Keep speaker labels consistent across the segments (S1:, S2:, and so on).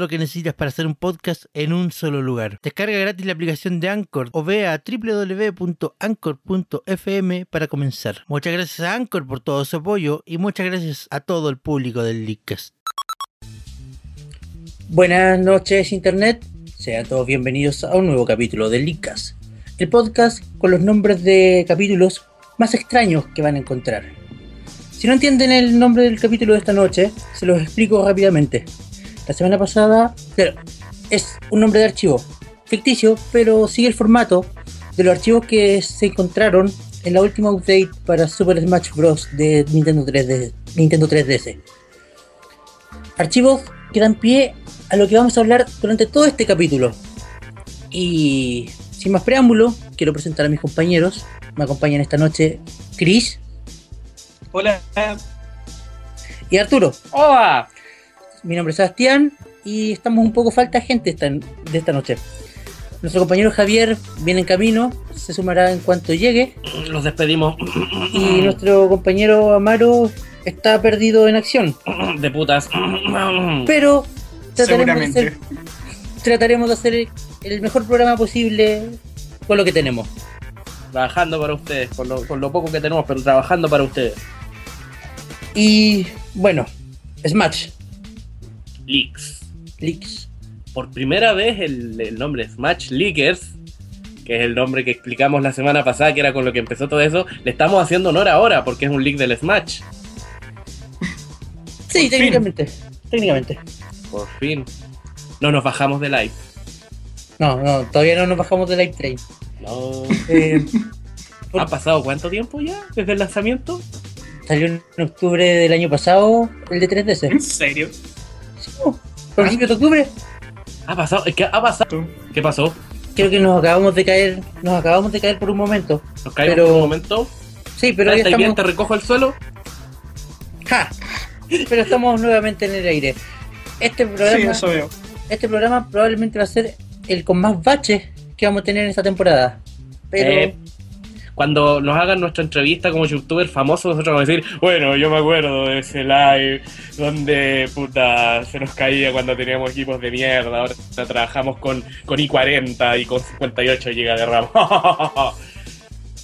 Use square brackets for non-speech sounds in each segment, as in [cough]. S1: lo que necesitas para hacer un podcast en un solo lugar. Descarga gratis la aplicación de Anchor o ve a www.anchor.fm para comenzar. Muchas gracias a Anchor por todo su apoyo y muchas gracias a todo el público del Leadcast.
S2: Buenas noches Internet, sean todos bienvenidos a un nuevo capítulo de Licas, el podcast con los nombres de capítulos más extraños que van a encontrar. Si no entienden el nombre del capítulo de esta noche, se los explico rápidamente. La semana pasada, claro, es un nombre de archivo ficticio, pero sigue el formato de los archivos que se encontraron en la última update para Super Smash Bros. de Nintendo 3D, Nintendo 3DS archivos que dan pie a lo que vamos a hablar durante todo este capítulo. Y sin más preámbulo, quiero presentar a mis compañeros. Me acompañan esta noche Chris
S3: Hola.
S2: y Arturo.
S3: ¡Hola!
S2: Mi nombre es Sebastián y estamos un poco falta gente esta- de esta noche. Nuestro compañero Javier viene en camino, se sumará en cuanto llegue.
S3: Los despedimos
S2: Y nuestro compañero Amaro está perdido en acción.
S3: de putas.
S2: pero trataremos de,
S4: Seguramente.
S2: hacer, trataremos de hacer el mejor programa posible con lo que tenemos.
S3: Trabajando para ustedes, con lo, con lo poco que tenemos, pero trabajando para ustedes.
S2: Y bueno, Smash
S3: Leaks.
S2: Leaks.
S3: Por primera vez el, el nombre Smash Leakers, que es el nombre que explicamos la semana pasada, que era con lo que empezó todo eso, le estamos haciendo honor ahora porque es un leak del Smash.
S2: Sí, técnicamente. Técnicamente.
S3: Por fin. No nos bajamos de live.
S2: No, no, todavía no nos bajamos del Live Train.
S3: No.
S2: Eh,
S3: ¿Ha pasado cuánto tiempo ya desde el lanzamiento?
S2: salió en octubre del año pasado el de 3DS.
S4: ¿En serio?
S2: Sí, ¿no? principios de octubre.
S3: Ha pasado, es que ha pasado. ¿Qué pasó?
S2: Creo que nos acabamos de caer, nos acabamos de caer por un momento.
S3: Nos caemos
S2: Pero-
S3: por un momento.
S2: Sí, pero
S3: ¿Estás
S2: ya
S3: bien?
S2: estamos.
S3: ¿Te recojo el suelo?
S2: ¡Ja! Pero estamos nuevamente en el aire. Este programa
S4: Sí, eso veo.
S2: este programa probablemente va a ser el con más baches que vamos a tener en esta temporada. Pero
S3: Eh, cuando nos hagan nuestra entrevista como youtuber famoso, nosotros vamos a decir, bueno, yo me acuerdo de ese live donde puta se nos caía cuando teníamos equipos de mierda, ahora trabajamos con, con i40 y con 58 GB de RAM. [laughs]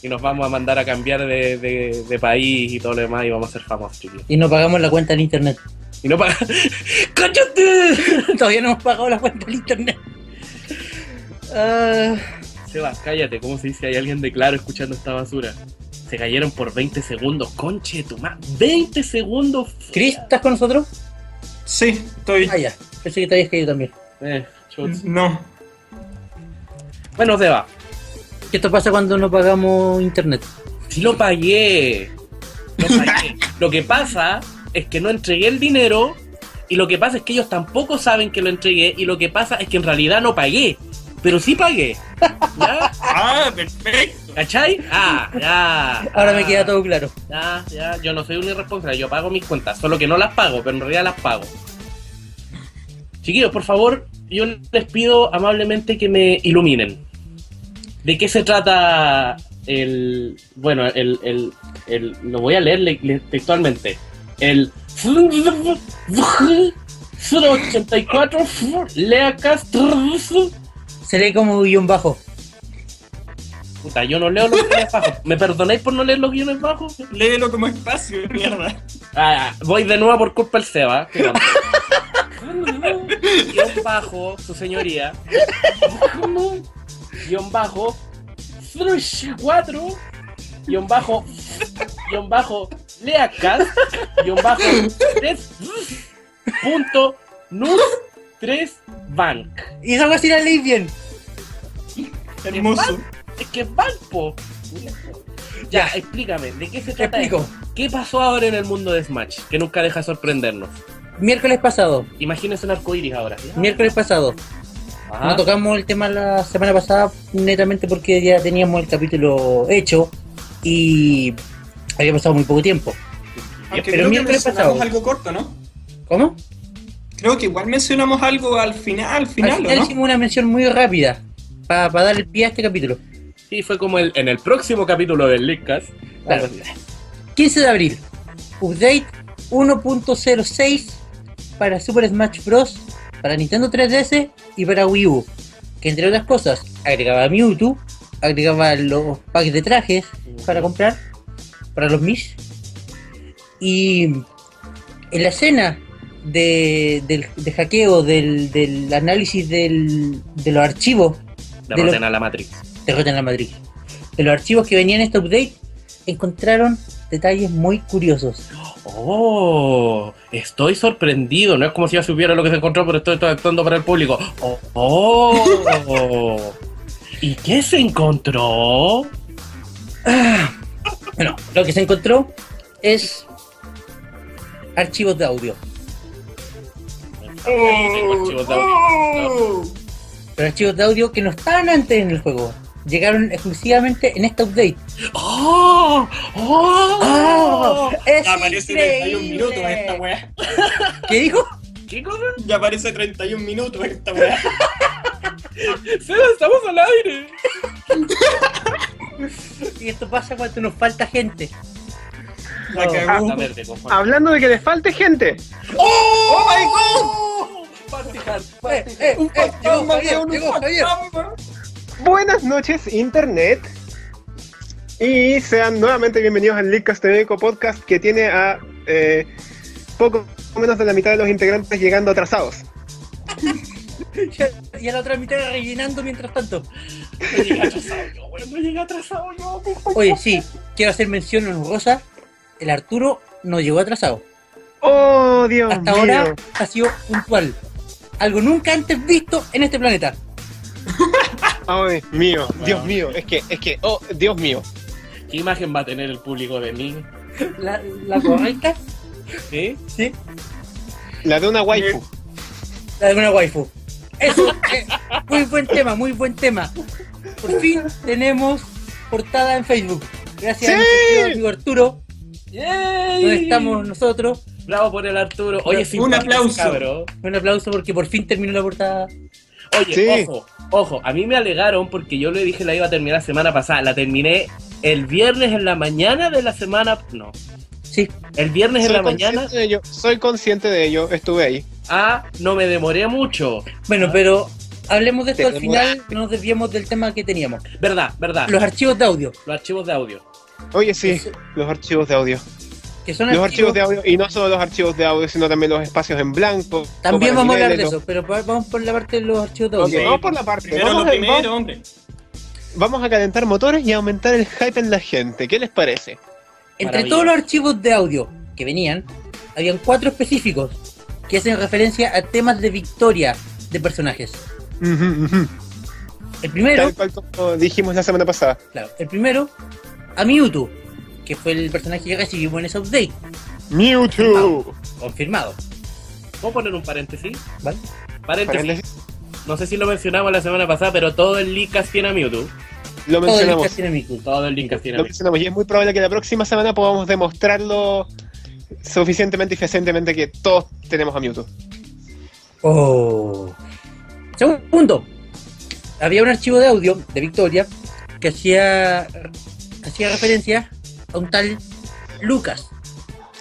S3: y nos vamos a mandar a cambiar de, de- de país y todo lo demás y vamos a ser famosos, chicos.
S2: y no pagamos la cuenta del internet. [laughs]
S3: Y no para... [laughs] ¡Cállate!
S2: Todavía no hemos pagado la cuenta del internet. Ah,
S3: Sebas, cállate, ¿cómo se dice? Hay alguien de claro escuchando esta basura. Se cayeron por 20 segundos, conche de tu madre. 20 segundos.
S2: Chris, ¿estás con nosotros?
S4: Sí, estoy.
S2: Ah, ya. Pensé que te habías caído también.
S3: Eh, chutz.
S4: No.
S3: bueno, Seba,
S2: ¿Qué esto pasa cuando no pagamos internet?
S3: si lo pagué. Lo
S2: [laughs]
S3: pagué. lo que pasa es que no entregué el dinero. Y lo que pasa es que ellos tampoco saben que lo entregué. Y lo que pasa es que en realidad no pagué. Pero sí pagué. [laughs] ¿Ya?
S4: Ah, perfecto.
S3: ¿Cachai? Ah, ya.
S2: Ahora me
S3: ah,
S2: queda todo claro.
S3: Ya, ya. Yo no soy un irresponsable. Yo pago mis cuentas. Solo que no las pago, pero en realidad las pago. Chiquillos, por favor, yo les pido amablemente que me iluminen. ¿De qué se trata el. Bueno, el. el, el- lo voy a leer le- le- textualmente. El. 084 Leacas.
S2: Se lee como guión bajo.
S3: Puta, yo no leo los guiones bajos. ¿Me perdonáis por no leer los guiones bajos?
S4: Léelo como espacio, mierda.
S3: Ah, voy de nuevo por culpa del Seba.
S2: [laughs]
S3: qué tonto. Guión bajo, su señoría. Guión bajo. Thrush 4. Guión bajo. Guión bajo. Leacas. Guión bajo. 3. Punto. Nus 3. Bank.
S2: Y esa cosa sí la leí bien.
S4: Hermoso.
S3: Es que es Valpo. Ya, explícame, ¿de qué se
S2: Te
S3: trata
S2: explico.
S3: esto? ¿Qué pasó ahora en el mundo de Smash? Que nunca deja sorprendernos.
S2: Miércoles pasado,
S3: Imagínense un arcoiris ahora.
S2: miércoles pasado,
S3: Ajá.
S2: no tocamos el tema la semana pasada netamente porque ya teníamos el capítulo hecho y había pasado muy poco tiempo.
S4: Aunque
S2: pero
S4: creo que
S2: miércoles
S4: mencionamos
S2: pasado.
S4: algo corto, ¿no?
S2: ¿Cómo?
S4: Creo que igual mencionamos algo al final, al final,
S2: Al final
S4: ¿o no?
S2: hicimos una mención muy rápida para dar el pie a este capítulo.
S3: Sí, fue como el- en el próximo capítulo del Leakcast.
S2: Claro. 15 de abril, update 1.06 para Super Smash Bros. para Nintendo 3DS y para Wii U. Que entre otras cosas, agregaba Mewtwo, agregaba los packs de trajes para comprar, para los Mish. Y en la escena de, del, de hackeo, del, del análisis del- de los archivos
S3: La
S2: De lo-
S3: roten a la Matrix.
S2: Derrota en la Madrid. De los archivos que venían en este update, encontraron detalles muy curiosos.
S3: Oh, estoy sorprendido. No es como si yo supiera lo que se encontró, pero estoy actuando para el público. Oh, oh. ¿Y qué se encontró?
S2: Bueno, lo que se encontró es archivos de audio.
S4: Oh.
S3: Archivos
S2: Oh,
S3: de audio.
S2: Los archivos de audio que no estaban antes en el juego. Llegaron exclusivamente en este update.
S3: ¡Oh! ¡Oh!
S2: ¡Oh! ¡Es
S4: Ya aparece 31
S2: increíble!
S4: minutos esta weá.
S2: ¿Qué dijo?
S3: ¿Qué cosa?
S4: Ya aparece 31 minutos esta weá.
S3: Seba, estamos al aire.
S2: Y esto pasa cuando nos falta gente.
S4: La
S2: No.
S4: cagó.
S3: La verde, cojones.
S5: Hablando de que les falte gente.
S4: ¡Oh,
S3: Party hard,
S2: Eh,
S3: party
S2: eh,
S4: my God! Un
S2: eh, llegó
S4: fantasma,
S2: Javier,
S4: weón, un
S2: llegó Javier.
S4: fantasma.
S5: Buenas noches, Internet. Y sean nuevamente bienvenidos al Leadcast TV Eco Podcast que tiene a eh, poco menos de la mitad de los integrantes llegando atrasados.
S2: Y a la otra mitad rellenando mientras tanto.
S3: No llegué atrasado yo, weón, no llegué atrasado yo. por favor.
S2: Oye, sí, quiero hacer mención honrosa. El Arturo no llegó atrasado.
S5: ¡Oh, Dios
S2: Hasta
S5: mío!
S2: ahora ha sido puntual. Algo nunca antes visto en este planeta.
S5: ¡Ay, mío! ¡Dios mío! Es que, es que, oh, Dios mío.
S3: ¿Qué imagen va a tener el público de mí?
S2: La, la correcta,
S3: ¿Sí?
S2: sí,
S5: La de una waifu.
S2: la de una waifu. Eso, eh, muy buen tema, muy buen tema. Por fin tenemos portada en Facebook. Gracias a
S5: ¡Sí!
S2: nuestro querido amigo Arturo, donde
S3: ¡Yay!
S2: estamos nosotros.
S3: Bravo por el Arturo. Oye,
S4: Un
S3: simpático,
S4: aplauso.
S3: cabro.
S2: Un aplauso porque por fin terminó la portada.
S3: Oye,
S5: Sí.
S3: ojo, ojo, a mí me alegaron porque yo le dije la iba a terminar la semana pasada. La terminé el viernes en la mañana de la semana. No,
S2: Sí,
S3: el viernes en la mañana.
S5: consciente de ello, soy consciente de ello, estuve ahí.
S3: Ah, no me demoré mucho.
S2: bueno, pero hablemos de esto
S5: Te
S2: al final, no nos desviemos del tema que teníamos.
S3: Verdad,
S5: Ah.
S3: verdad.
S2: Los archivos de audio,
S3: Los archivos de audio.
S5: Oye, sí,
S2: Eso-
S5: los archivos de audio.
S2: que son
S5: Los archivos de audio, y no solo los archivos de audio, sino también los espacios en blanco.
S2: También
S5: como
S2: vamos a hablar de
S5: paneles,
S2: eso, pero pa- vamos por la parte de los archivos de
S5: Ok,
S2: audio.
S5: vamos por la parte.
S4: Primero
S5: vamos,
S4: lo
S5: a,
S4: primero, hombre.
S5: vamos- vamos a calentar motores y aumentar el hype en la gente. ¿Qué les parece?
S2: Entre
S3: Maravilla.
S2: todos los archivos de audio que venían, habían cuatro específicos que hacen referencia a temas de victoria de personajes.
S5: Ujú, ujú.
S2: El primero,
S5: Tal cual como dijimos la semana pasada.
S2: claro, el primero, a Mewtwo, que fue el personaje que recibimos en ese update,
S5: Mewtwo.
S2: confirmado.
S3: ¿Puedo poner un paréntesis?
S2: Vale.
S3: Paréntesis.
S5: Paréntesis,
S3: No sé si lo mencionamos la semana pasada, pero todo el Licas tiene a Mewtwo.
S5: Lo
S2: Todo el
S5: mencionamos.
S2: casi en Mewtwo.
S3: Todo el Licas tiene a
S5: Lo
S3: Mewtwo.
S5: mencionamos. Y es muy probable que la próxima semana podamos demostrarlo suficientemente y fehacientemente que todos tenemos a Mewtwo.
S2: Oh. Segundo, había un archivo de audio de Victoria que hacía, hacía referencia a un tal Lucas,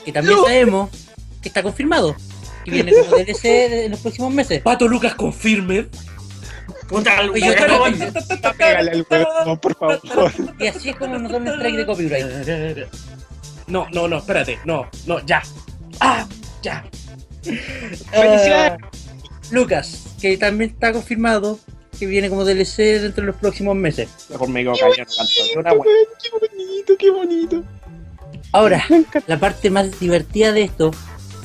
S2: que también sabemos que está confirmado, que viene como DLC en los próximos meses.
S3: Pato Lucas confirme.
S4: Puta, el
S2: Oye,
S4: weón.
S5: Pégale al huevo, por favor.
S2: Y así es como nos dan un strike de copyright.
S3: No, no, no, espérate. No, no, ya. Ah, ya.
S5: Felicidades.
S2: Ah, Lucas, que también está confirmado, que viene como DLC dentro de los próximos meses.
S3: Conmigo, cayó, cantó. Una buena.
S5: Qué bonito, qué bonito.
S2: Ahora, la parte más divertida de esto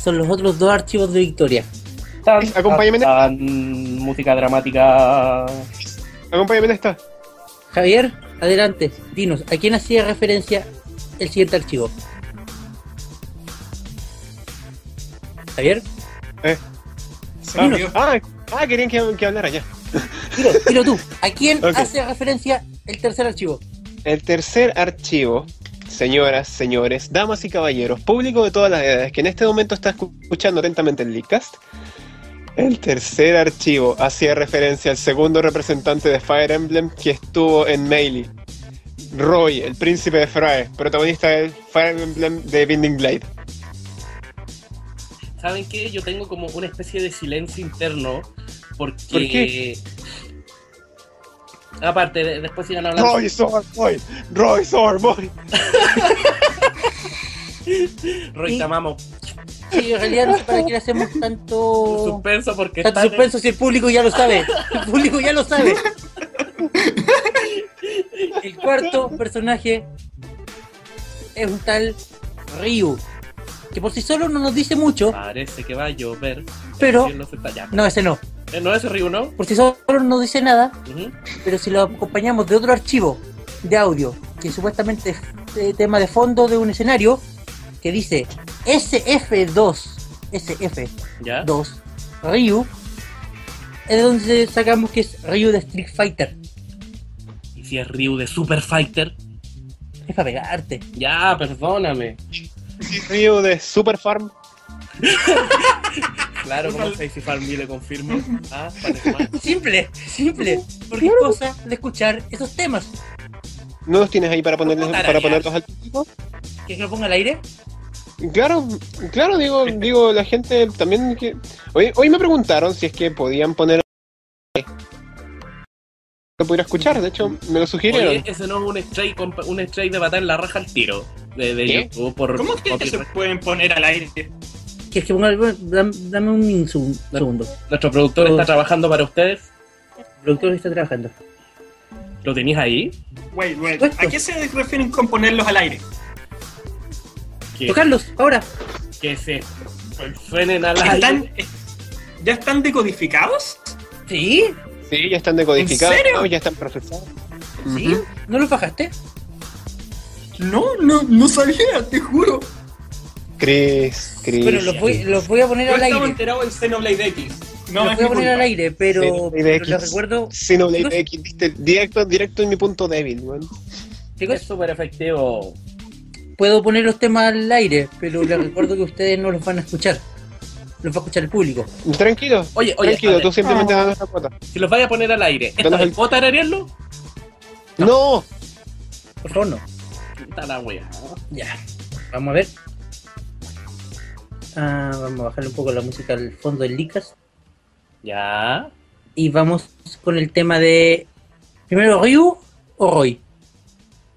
S2: son los otros dos archivos de Victoria.
S3: Tan,
S5: Acompáñame.
S3: tan, música dramática.
S5: Acompáñame en esta.
S2: Javier, Adelante, dinos, ¿a quién hacía referencia el siguiente archivo? Javier,
S4: Se me
S2: Ah.
S4: olvidó.
S5: Ah, ah, querían que, que hablara ya.
S2: dilo, dilo tú, ¿a quién
S5: Ok.
S2: hace referencia el tercer archivo?
S5: El tercer archivo, señoras, señores, damas y caballeros, público de todas las edades que en este momento está escu- escuchando atentamente el Leadcast. El tercer archivo hacía referencia al segundo representante de Fire Emblem que estuvo en Melee. Roy, el príncipe de Frae, protagonista del Fire Emblem de Binding Blade.
S3: ¿Saben qué? Yo tengo como una especie de silencio interno porque...
S5: ¿Por qué?
S3: Aparte, de- después sigan hablando.
S5: Roy Boy, Roy Boy.
S3: Roy, te amamos.
S2: Sí, en realidad no sé para qué le hacemos tanto,
S3: Suspenso porque
S2: tanto
S3: están en-
S2: Oh. suspenso si el público ya lo sabe, el público ya lo sabe. El cuarto personaje es un tal Ryu, que por sí solo no nos dice mucho,
S3: Parece que va a llover.
S2: Pero-
S3: El cielo se está- ya.
S2: no, ese no,
S3: Eh, ¿No es Ryu, no?
S2: por sí solo no nos dice nada,
S3: Ujú.
S2: pero si lo acompañamos de otro archivo de audio, que supuestamente es eh, tema de fondo de un escenario, que dice SF2, SF2,
S3: ¿Ya?
S2: Ryu, es de donde sacamos que es Ryu de Street Fighter.
S3: ¿Y si es Ryu de Super Fighter?
S2: Es para pegarte.
S3: Ya, perdóname.
S5: Ryu de Super Farm.
S3: Claro, como Stacy Farm
S2: [laughs]
S3: le confirmo. Ah, parece mal.
S2: Simple, simple. Porque es cosa de escuchar esos temas.
S5: ¿No los tienes ahí para ponerles, para ponerlos al público?
S2: Que lo ponga al aire.
S5: Claro, claro, digo,
S3: Este
S5: digo, la gente también que... Hoy, hoy me preguntaron si es que podían poner... Lo pudiera escuchar, de hecho, me lo sugirieron.
S3: Oye, ese no es un strike, compa- un strike de patar en la raja al tiro. De, de
S5: ¿Qué?
S3: YouTube por
S4: ¿Cómo es que se
S3: copyright.
S4: pueden poner al aire?
S2: Que es que ponga dam- Dame un seg- segundo.
S3: Nuestro productor está trabajando para ustedes.
S2: El productor está trabajando.
S3: ¿Lo tenéis ahí?
S4: Wait, wait.
S2: Supuesto.
S4: ¿A qué se refieren con ponerlos al aire?
S3: Que,
S2: Tocarlos, ahora.
S3: que se suenen al aire.
S4: ¿Están, eh, ¿Ya están decodificados?
S2: ¿Sí?
S5: Sí, ya están decodificados,
S4: ¿En serio?
S5: ya están procesados.
S2: ¿Sí?
S5: Ujú.
S2: ¿No los bajaste?
S4: No, no, no sabía, te juro.
S5: Chris, Chris.
S2: Bueno, los voy, los voy a poner
S4: Yo
S2: al
S4: estaba
S2: aire.
S4: enterado en Xenoblade X. No,
S2: los
S4: es
S2: voy
S4: mi
S2: a poner al
S4: culpa.
S2: aire, pero,
S5: Sí, no,
S2: pero
S5: X.
S2: les recuerdo,
S5: Xenoblade X, diste directo, directo en mi punto débil, weón.
S3: Es
S2: chicos,
S3: súper efectivo.
S2: puedo poner los temas al aire, pero les recuerdo que ustedes no los van a escuchar. Los va a escuchar el público.
S5: Tranquilo,
S3: Oye, oye,
S5: tranquilo,
S3: a ver,
S5: tú simplemente danos la cuota.
S3: si los vais a poner al aire, ¿esta
S5: Danos el-
S3: vez ¿puedo tararearlo?
S5: ¡No!
S2: Por favor, no.
S3: Puta la wea.
S2: Ya. Vamos a ver. Ah, vamos a bajarle un poco la música al fondo del Licas.
S3: Ya.
S2: Y vamos con el tema de. Primero Ryu o Roy.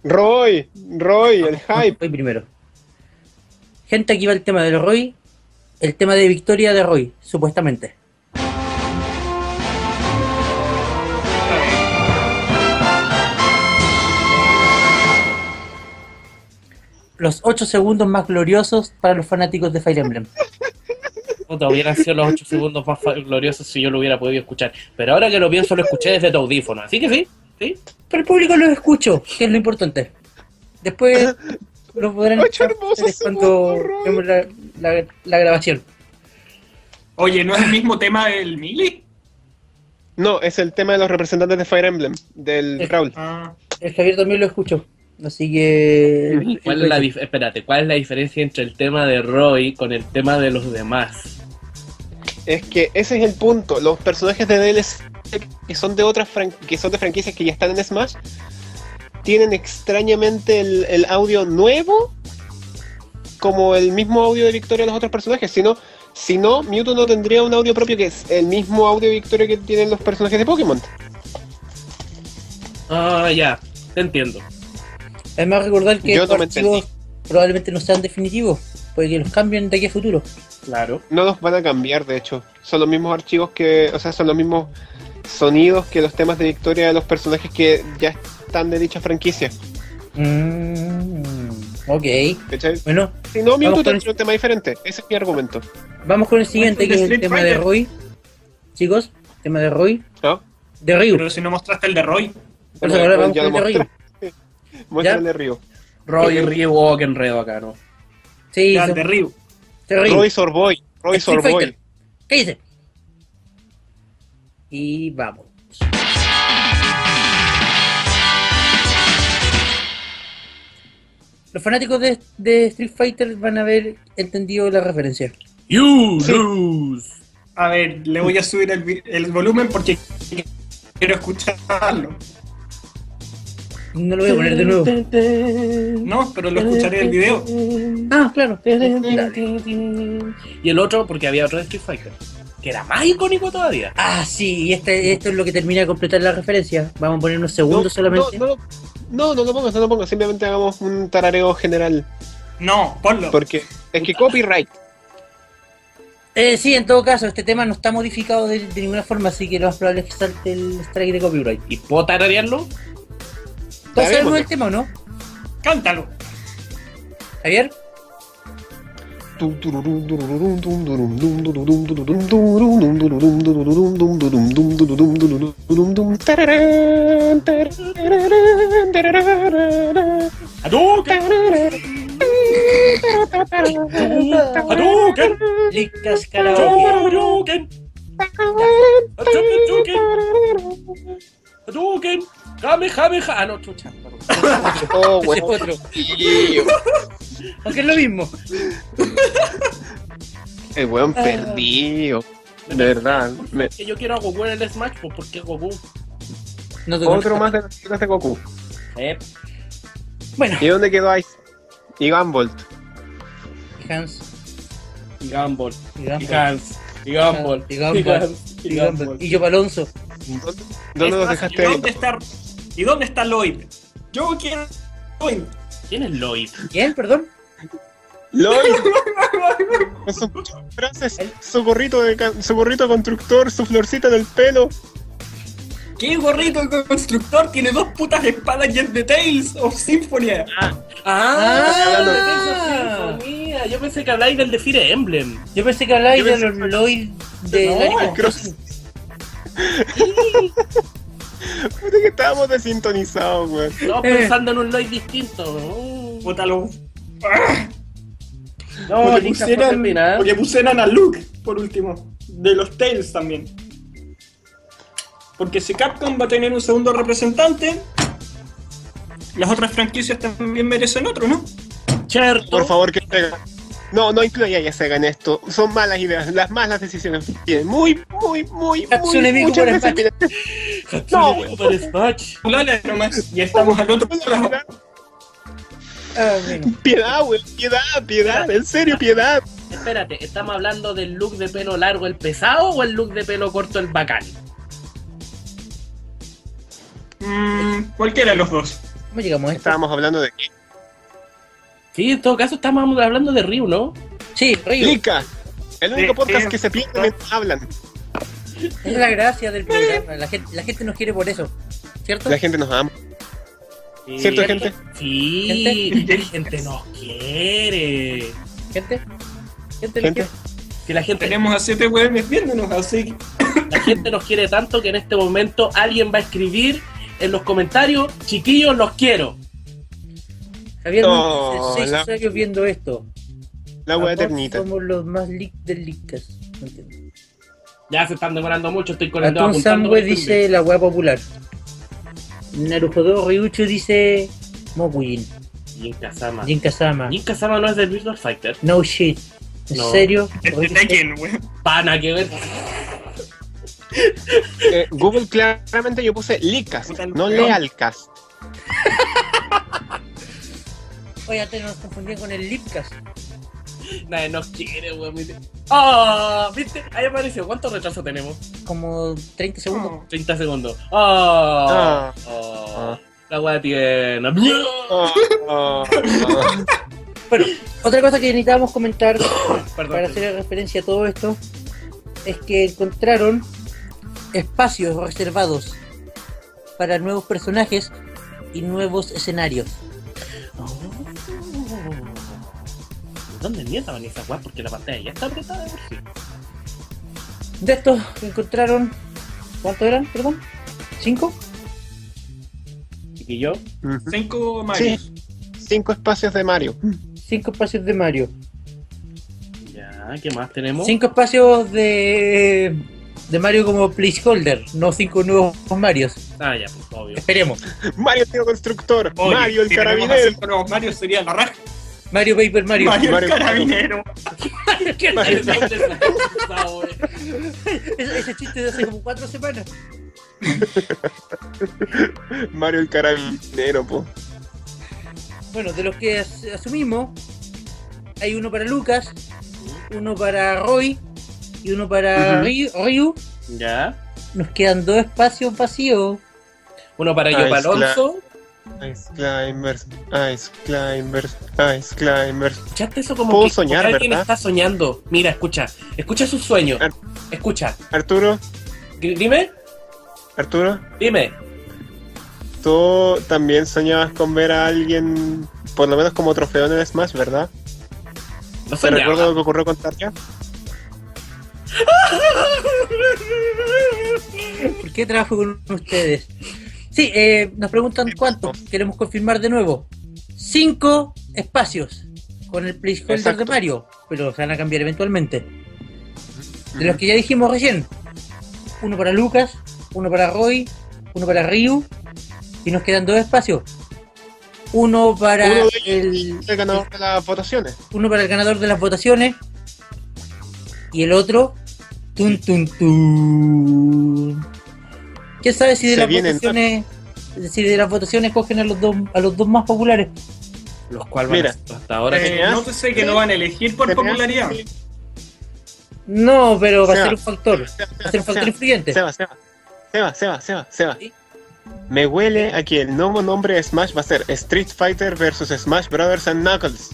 S5: Roy, Roy, el hype.
S2: Roy primero. Gente, aquí va el tema del Roy. El tema de victoria de Roy, supuestamente. Los 8 segundos más gloriosos para los fanáticos de Fire Emblem.
S3: Puta, hubieran sido los 8 segundos más fa- gloriosos si yo lo hubiera podido escuchar. Pero ahora que lo pienso, lo escuché desde tu audífono. Así que sí, sí.
S2: Pero el público lo escucho, que es lo importante. Después lo podrán
S5: Ocho
S2: escuchar
S5: hermosos
S2: ustedes cuando
S5: segundos, Roy.
S2: vemos la, la- la grabación.
S4: Oye, ¿no es el mismo tema del Mili?
S5: No, es el tema de los representantes de Fire Emblem, del Raúl.
S4: Ah,
S2: El Javier también lo escuchó. Así que.
S3: ¿Cuál es la dif- espérate, ¿cuál es la diferencia entre el tema de Roy con el tema de los demás?
S5: Es que ese es el punto. Los personajes de DLC que son de otras fran- que son de franquicias que ya están en Smash tienen extrañamente el, el audio nuevo como el mismo audio de victoria de los otros personajes. Si no, si no, Mewtwo no tendría un audio propio que es el mismo audio de victoria que tienen los personajes de Pokémon.
S3: Ah, ya, te entiendo.
S2: Además, recordar que
S5: Yo
S2: los
S5: no me
S2: archivos probablemente no sean definitivos, porque que los cambien de aquí a futuro.
S3: Claro.
S5: No los van a cambiar, de hecho. Son los mismos archivos que, o sea, son los mismos sonidos que los temas de victoria de los personajes que ya están de dicha franquicia.
S2: Mm, ok.
S5: ¿cachai?
S2: Bueno,
S5: Si no, Mewtwo
S2: con
S5: tendría un tema diferente. Ese es mi argumento.
S2: vamos con el siguiente, que es el
S4: Street
S2: tema de
S4: Fighter.
S2: Roy. Chicos, tema de Roy.
S5: ¿no?
S2: De Ryu.
S4: pero si no mostraste el de Roy.
S2: Por eso ahora
S5: Bueno,
S2: vamos
S5: ya
S2: con el
S5: lo
S2: de Ryu.
S5: [laughs] Muéstrale Ryu.
S3: Roy Ryu Walken Redo acá, ¿no?
S2: Sí,
S4: Ya,
S2: son-
S4: de Ryu.
S2: terrible.
S5: Roy Sorboy. Roy
S2: Street
S5: Sorboy.
S2: Fighter. ¿Qué dice? Y vamos. Los fanáticos de, de Street Fighter van a haber entendido la referencia.
S3: You lose.
S4: A ver, le voy a subir el, vi- el volumen porque quiero escucharlo.
S2: No lo voy a poner de nuevo.
S4: No, pero lo escucharé en el video.
S2: Ah, claro. Dale.
S3: Y el otro, porque había otro de Street Fighter, que era más icónico todavía.
S2: Ah, sí, y este, esto es lo que termina de completar la referencia. Vamos a poner unos
S5: No,
S2: segundos solamente.
S5: No, no, no, no lo pongas, no lo pongas. Simplemente hagamos un tarareo general.
S4: No, ponlo.
S5: Porque es que copyright.
S2: Eh, sí, en todo caso, este tema no está modificado de, de ninguna forma, así que lo más probable es que salte el strike de copyright.
S3: ¿Y puedo tararearlo?
S2: ¿Todos
S5: Sabemos
S2: sabemos
S5: que-
S2: el tema o no?
S4: Cántalo.
S2: Javier,
S5: Tum, tururum, tururum, tum, turum, dum, tururum, tururum, tururum, tururum, tururum, dum, tururum, dum, tururum, tururum, tururum, dum. Tararán, tararán, tararán,
S3: ¡Hadouken! ¡Hadouken!
S2: Licas Karaoke.
S3: ¡Hadouken! ¡Hadouken! ¡Kame, jame, ja! Ah, no, chucha. perdón.
S5: Oh,
S2: Ese es
S5: bueno.
S2: otro, aunque es lo mismo. Ah.
S5: El weón perdido. De verdad. me-
S3: Que yo quiero a Goku en el Smash, pues porque Goku.
S2: No te
S5: Otro
S2: conozco.
S5: más de las chicas de Goku.
S3: Eh,
S2: Bueno,
S5: ¿Y dónde quedó Ice? Y Gambolt.
S2: Hans,
S3: y Gumball.
S2: y
S3: Y
S2: Gambo,
S3: Hans. Y Gumball.
S2: Y Gumball.
S3: Gans,
S2: y Gambo, y yo Alonso.
S5: ¿Dónde- ¿Dónde los
S4: Esta- ¿y
S5: dejaste ahí?
S4: dónde está, ¿Y dónde está Lloyd? Yo quiero Lloyd.
S3: ¿Quién es Lloyd?
S2: ¿Quién? Perdón.
S5: ¡Lloyd! Con sus muchas frases, su gorrito, de, ca- su gorrito constructor, su florcita en el pelo.
S4: ¿Qué gorrito constructor tiene dos putas espadas y el de Tales of Symphony?
S2: Ah.
S3: Eso sí, mía. Yo pensé que habláis del de Fire Emblem.
S2: Yo pensé que hablabais
S5: Yo
S2: de
S5: pensé-
S2: los Lloyd de
S4: No,
S2: Animal
S5: creo-
S2: Crossing.
S5: Puta que estábamos desintonizados, weón.
S3: No, pensando en un Lloyd distinto. Oh.
S4: Puta, lo-
S3: No,
S4: porque,
S3: Lisa fue
S4: pusieran,
S3: terminada.
S4: porque pusieran a Luke, por último. De los Tales también. Porque si Capcom va a tener un segundo representante, las otras franquicias también merecen otro, ¿no?
S3: Cherto.
S5: Por favor, que Sega. No, no incluya ya Sega en esto. Son malas ideas, las malas decisiones. Bien, Muy, muy, muy,
S2: Hatsune
S5: muy,
S2: Miku
S5: muchas
S2: para
S5: veces.
S2: Smash.
S5: mira,
S3: No, Super Smash.
S4: Lala nomás, y estamos al otro lado.
S2: Ah, bueno.
S5: Piedad, weón, piedad, piedad, en serio, piedad.
S3: Espérate, ¿estamos hablando del look de pelo largo el pesado o el look de pelo corto el bacán?
S4: Mm, cualquiera de los dos.
S2: ¿Cómo llegamos a esto?
S5: Estábamos hablando de qué?
S3: Sí, en todo caso estamos hablando de Ryu, ¿no?
S2: Sí, Río.
S5: Lica, el único
S4: Sí,
S5: podcast
S4: sí.
S5: que se pierde mientras hablan.
S2: Esa es la gracia del programa. La gente, la gente nos quiere por eso. ¿Cierto?
S5: La gente nos ama. ¿Cierto, gente?
S3: Sí,
S4: Gente.
S3: la gente nos quiere.
S2: Gente. Gente. nos
S5: Gente.
S2: quiere.
S3: Que la gente,
S4: Tenemos a siete weones viéndonos, así que
S3: la gente nos quiere tanto que en este momento alguien va a escribir en los comentarios, chiquillos, los quiero.
S2: Javier,
S5: No,
S2: no, seis
S5: la-
S2: usuarios viendo esto.
S5: La wea
S2: Ambos
S5: eternita.
S2: Somos los más leak del leakcast. No entiendo.
S3: Ya se están demorando mucho, estoy con el dedo
S2: Atún
S3: apuntando.
S2: Samwe dice la weá popular. Narujodo Ryuchu dice Mokujin.
S3: Jin Kazama.
S2: Jin Kazama.
S3: Jin Kazama no es del Virtual Fighter.
S2: No shit. ¿En
S3: No.
S2: serio?
S4: este Tekken, weón.
S3: Pana que ver.
S5: Eh, Google claramente yo puse Licas,
S4: Puta, el
S5: no
S4: weón.
S5: Lealcas.
S2: Oye, te nos confundí con el leakcast.
S3: Nadie nos quiere, weón. mire. ¡Ah! ¿Viste? Ahí apareció. ¿Cuánto retraso tenemos?
S2: Como 30 segundos.
S3: 30 segundos. ¡Ah!
S5: Ah.
S3: ¡Ah!
S5: Ah.
S3: La weá tiene.
S5: Ah, ah,
S4: [laughs]
S5: ah.
S2: Bueno, otra cosa que necesitábamos comentar para
S3: Perdón.
S2: hacer referencia a todo esto es que encontraron espacios reservados para nuevos personajes y nuevos escenarios.
S3: Oh. ¿Dónde mierda van esas weas? Porque la pantalla ya está apretada de por sí.
S2: De estos encontraron, ¿cuántos eran? Perdón, cinco.
S3: chiquillo?
S5: Ujú.
S4: Cinco Marios.
S5: Cinco espacios de Mario.
S2: Cinco espacios de Mario.
S3: Ya, ¿qué más tenemos?
S2: Cinco espacios de, de Mario como placeholder, no cinco nuevos Marios.
S3: Ah, ya, pues obvio.
S2: Esperemos.
S5: Mario el tío constructor.
S4: Oye,
S5: Mario el
S4: si tenemos a
S5: carabinero.
S4: cinco nuevos Marios sería la raja.
S2: Mario Paper Mario.
S4: Mario,
S5: Mario.
S4: el carabinero.
S2: [laughs]
S3: ¿De dónde sacó esa, wey?
S2: Ese, ese chiste de hace como cuatro semanas.
S5: Mario el carabinero, po.
S2: Bueno, de los que as- asumimos, hay uno para Lucas, uno para Roy y uno para
S5: Ujú.
S2: Ryu- Ryu.
S3: [laughs] Ya.
S2: Nos quedan dos espacios vacíos.
S3: Uno para
S5: Ah,
S3: yo, para
S5: es cla-
S3: Alonso.
S5: Ice climbers, ice climbers, ice climbers.
S3: Escuchaste eso como
S5: Puedo
S3: que como
S5: soñar,
S3: que alguien
S5: ¿verdad?
S3: está soñando. Mira, escucha. Escucha sus sueños.
S5: Ah.
S3: Escucha.
S5: Arturo,
S3: G- Dime,
S5: Arturo,
S3: dime.
S5: tú también soñabas con ver a alguien, por lo menos como trofeo en el Smash, ¿verdad?
S3: No
S5: ¿Te recuerdo
S3: soñaba.
S5: lo que ocurrió con Tarja?
S2: ¿Por qué trabajo con ustedes? Sí, eh, nos preguntan cuántos. Queremos confirmar de nuevo. Cinco espacios con el placeholder
S5: Exacto.
S2: de Mario, pero se van a cambiar eventualmente. De los que ya dijimos recién. Uno para Lucas, uno para Roy, uno para Ryu. Y nos quedan dos espacios. Uno para
S5: Uno de ellos
S2: el,
S5: El ganador de las votaciones.
S2: uno para el ganador de las votaciones. Y el otro. Tun, tun, tun. ¿Quién sabe si de
S5: Se
S2: las
S5: vienen,
S2: votaciones. Si de las votaciones cogen a los dos, a los dos más populares.
S3: Los cuales van a-
S5: Mira.
S3: hasta ahora.
S5: Eh,
S4: Pero no sé que no van a elegir por
S5: ¿Te pegas?
S4: popularidad.
S2: No, pero va a
S5: Seba.
S2: ser un factor. Va a ser un factor influyente.
S5: Seba, Seba, Seba, Seba, Seba, Seba.
S2: ¿Sí?
S5: Me huele a que el nuevo nombre de Smash va a ser Street Fighter vs Smash Brothers and Knuckles.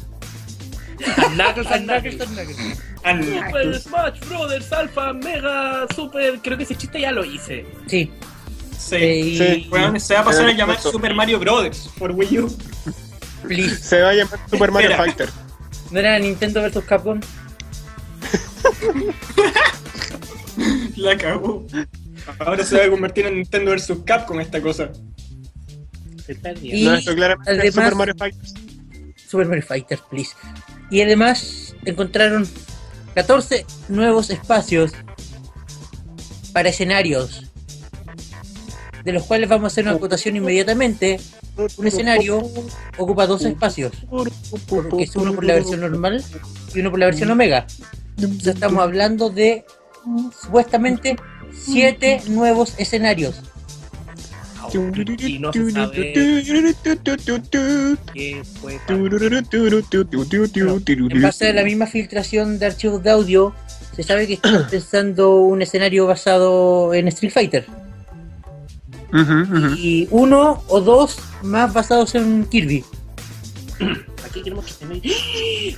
S3: Knuckles
S2: Ah,
S3: and
S2: no, que
S3: Knuckles.
S2: esto no, que-
S4: Al-
S3: Super Smash Brothers Alpha Mega Super. Creo que ese chiste ya lo hice.
S2: Sí. eh,
S4: Sí.
S2: y-
S5: Sí.
S4: Weón, se va a pasar a
S5: Eh,
S4: llamar
S5: eso.
S4: Super Mario Brothers por Wii U. [laughs]
S2: please.
S5: Se va a llamar Super Mario
S4: Espera.
S5: Fighter.
S2: ¿No era Nintendo vs Capcom?
S4: La cagó. Ahora se va a convertir en Nintendo vs Capcom esta cosa.
S3: Se perdió.
S2: Y-
S5: No, esto claramente es
S2: además-
S5: Super Mario Fighters.
S2: Super Mario Fighter, please. Y además encontraron 14 nuevos espacios para escenarios, de los cuales vamos a hacer una acotación inmediatamente. Un escenario ocupa dos espacios, que es uno por la versión normal y uno por la versión Omega. Entonces estamos hablando de supuestamente 7 nuevos escenarios.
S3: Y no se sabe qué fue.
S2: En base a la misma filtración de archivos de audio, se sabe que están pensando un escenario basado en Street Fighter.
S5: Ujú, ujú.
S2: y uno o dos más basados en Kirby.
S3: Aquí queremos que se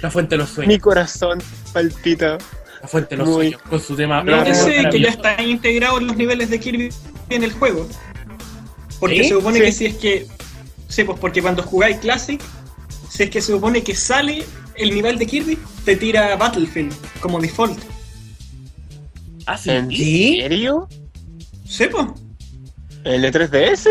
S3: La fuente de los sueños.
S5: Mi corazón palpita.
S3: La fuente de los
S5: Muy-
S3: sueños. Con su tema.
S4: No
S5: Claro.
S4: dice que ya están integrados los niveles de Kirby en el juego. Porque
S3: ¿Sí?
S4: se supone
S5: Sí.
S4: que si es que. Sí, pues porque cuando jugáis Classic, si es que se supone que sale el nivel de Kirby, te tira Battlefield como default.
S3: Ah, sí.
S5: ¿En
S2: ¿Sí?
S5: serio?
S4: Sí, pues.
S5: ¿El de 3DS?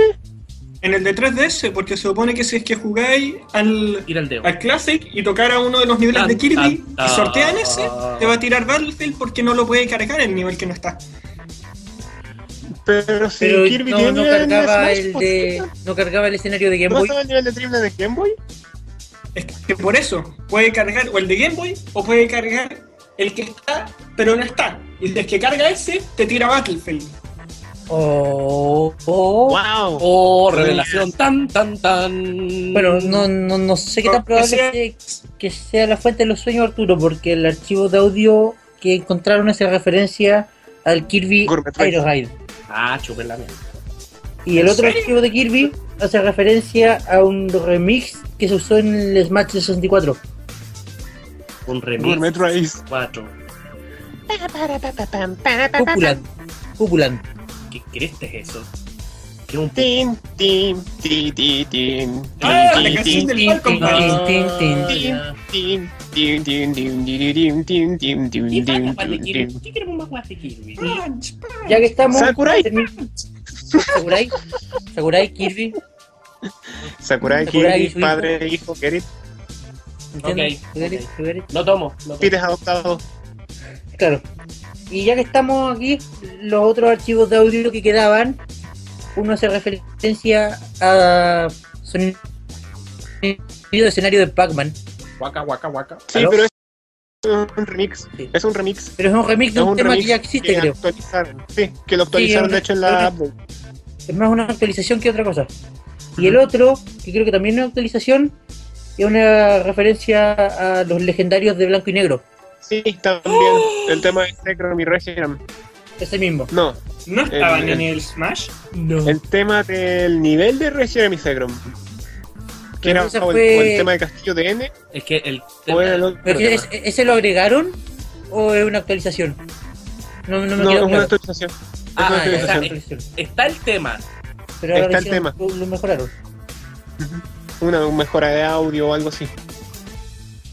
S4: En el de 3DS, porque se supone que si es que jugáis al,
S3: Tira el dedo.
S4: al Classic y tocar a uno de los niveles de Kirby y sortean ese, te va a tirar Battlefield porque no lo puede cargar el nivel que no está.
S5: Pero si
S2: Pero
S5: Kirby
S2: no,
S5: tiene
S2: no
S5: en
S2: cargaba
S5: Smash,
S2: el
S5: ¿por
S2: de. No cargaba el escenario de
S5: qué
S2: Game
S5: ¿No
S2: Boy.
S5: estaba el nivel de triple de Game Boy?
S4: Es que por eso puede cargar o el de Game Boy o puede cargar el que está, pero no está. Y si es que carga ese, te tira Battlefield.
S2: O. o
S5: ¡Wow!
S3: Oh, revelación. Tan, tan, tan.
S2: bueno, no, no, no sé qué tan
S4: Porque
S2: probable que, que sea la fuente de los sueños, Arturo, porque el archivo de audio que encontraron hace referencia al Kirby
S5: Gourmet Race.
S2: Aero Ride.
S3: Ah, chupé la mierda.
S2: Y el
S4: ¿En
S2: otro
S4: serio?
S2: archivo de Kirby hace referencia a un remix que se usó en el Smash
S4: [laughs]
S2: 64.
S3: Un remix.
S5: Gourmet Race.
S3: 4.
S2: Cupulan. Cupulan.
S3: ¿Qué crees es eso? Que un
S5: Tin, tin, ti, ti, tin.
S4: Ah, la
S5: Tin,
S4: canción
S5: tin,
S4: del
S2: tin,
S4: Falcon
S2: tin,
S4: Punch.
S2: tin, tin, tin.
S3: ya.
S5: tin, tin, tin, tin, tin, tin, tin, tin, tin,
S3: ¿Qué
S5: tin,
S3: falta
S5: tin,
S3: para el
S5: tin,
S3: Kirby?
S5: tin.
S3: ¿Qué queremos más guas de Kirby?
S4: Punch, punch.
S2: Ya que estamos.
S5: Sakurai.
S2: Sakurai. Sakurai, Kirby.
S5: Sakurai,
S2: Sakurai,
S5: Kiri,
S2: su hijo.
S5: padre, hijo, get it.
S2: ¿Entiendes?
S3: Ok,
S2: You get it,
S3: ok.
S2: you get it.
S3: No tomo. No tomo.
S5: Pites adoptados.
S2: Claro. Y ya que estamos aquí, los otros archivos de audio que quedaban, uno hace referencia a sonido de escenario de Pac-Man,
S3: Guaca, guaca, guaca.
S5: Sí,
S2: ¿Aló?
S5: pero es un remix.
S2: Sí.
S5: Es un remix.
S2: pero es un remix de
S5: Es
S2: un,
S5: un
S2: tema
S5: remix
S2: que ya existe, creo.
S5: actualizaron. Sí, que lo actualizaron
S2: Sí,
S5: de hecho en la
S2: es
S5: update.
S2: Es más una actualización que otra cosa. Y el otro, que creo que también es una actualización, es una referencia a los legendarios de blanco y negro.
S5: Sí, también. El tema de Necrom y Regiram.
S2: Ese mismo.
S5: No,
S4: ¿No estaban
S5: El-
S4: en el Smash?
S3: No.
S5: el tema del nivel de Regiram y Secrom. Que
S2: Pero
S5: era
S2: ese
S5: o el,
S2: fue-
S5: o el tema de Castillo de N
S3: Es que el
S5: o era el
S3: tema-
S5: otro.
S2: Pero
S5: tema.
S2: ¿es- ¿Ese lo agregaron o es una actualización? No, no me
S5: No, es
S2: quedó
S5: una
S2: claro.
S5: actualización. Es
S3: Ah,
S5: una
S3: ya,
S2: es una
S5: actualización.
S2: actualización.
S3: está el tema.
S2: Pero ahora
S5: Está el
S2: hicieron- lo mejoraron.
S5: Una mejora de audio o algo así.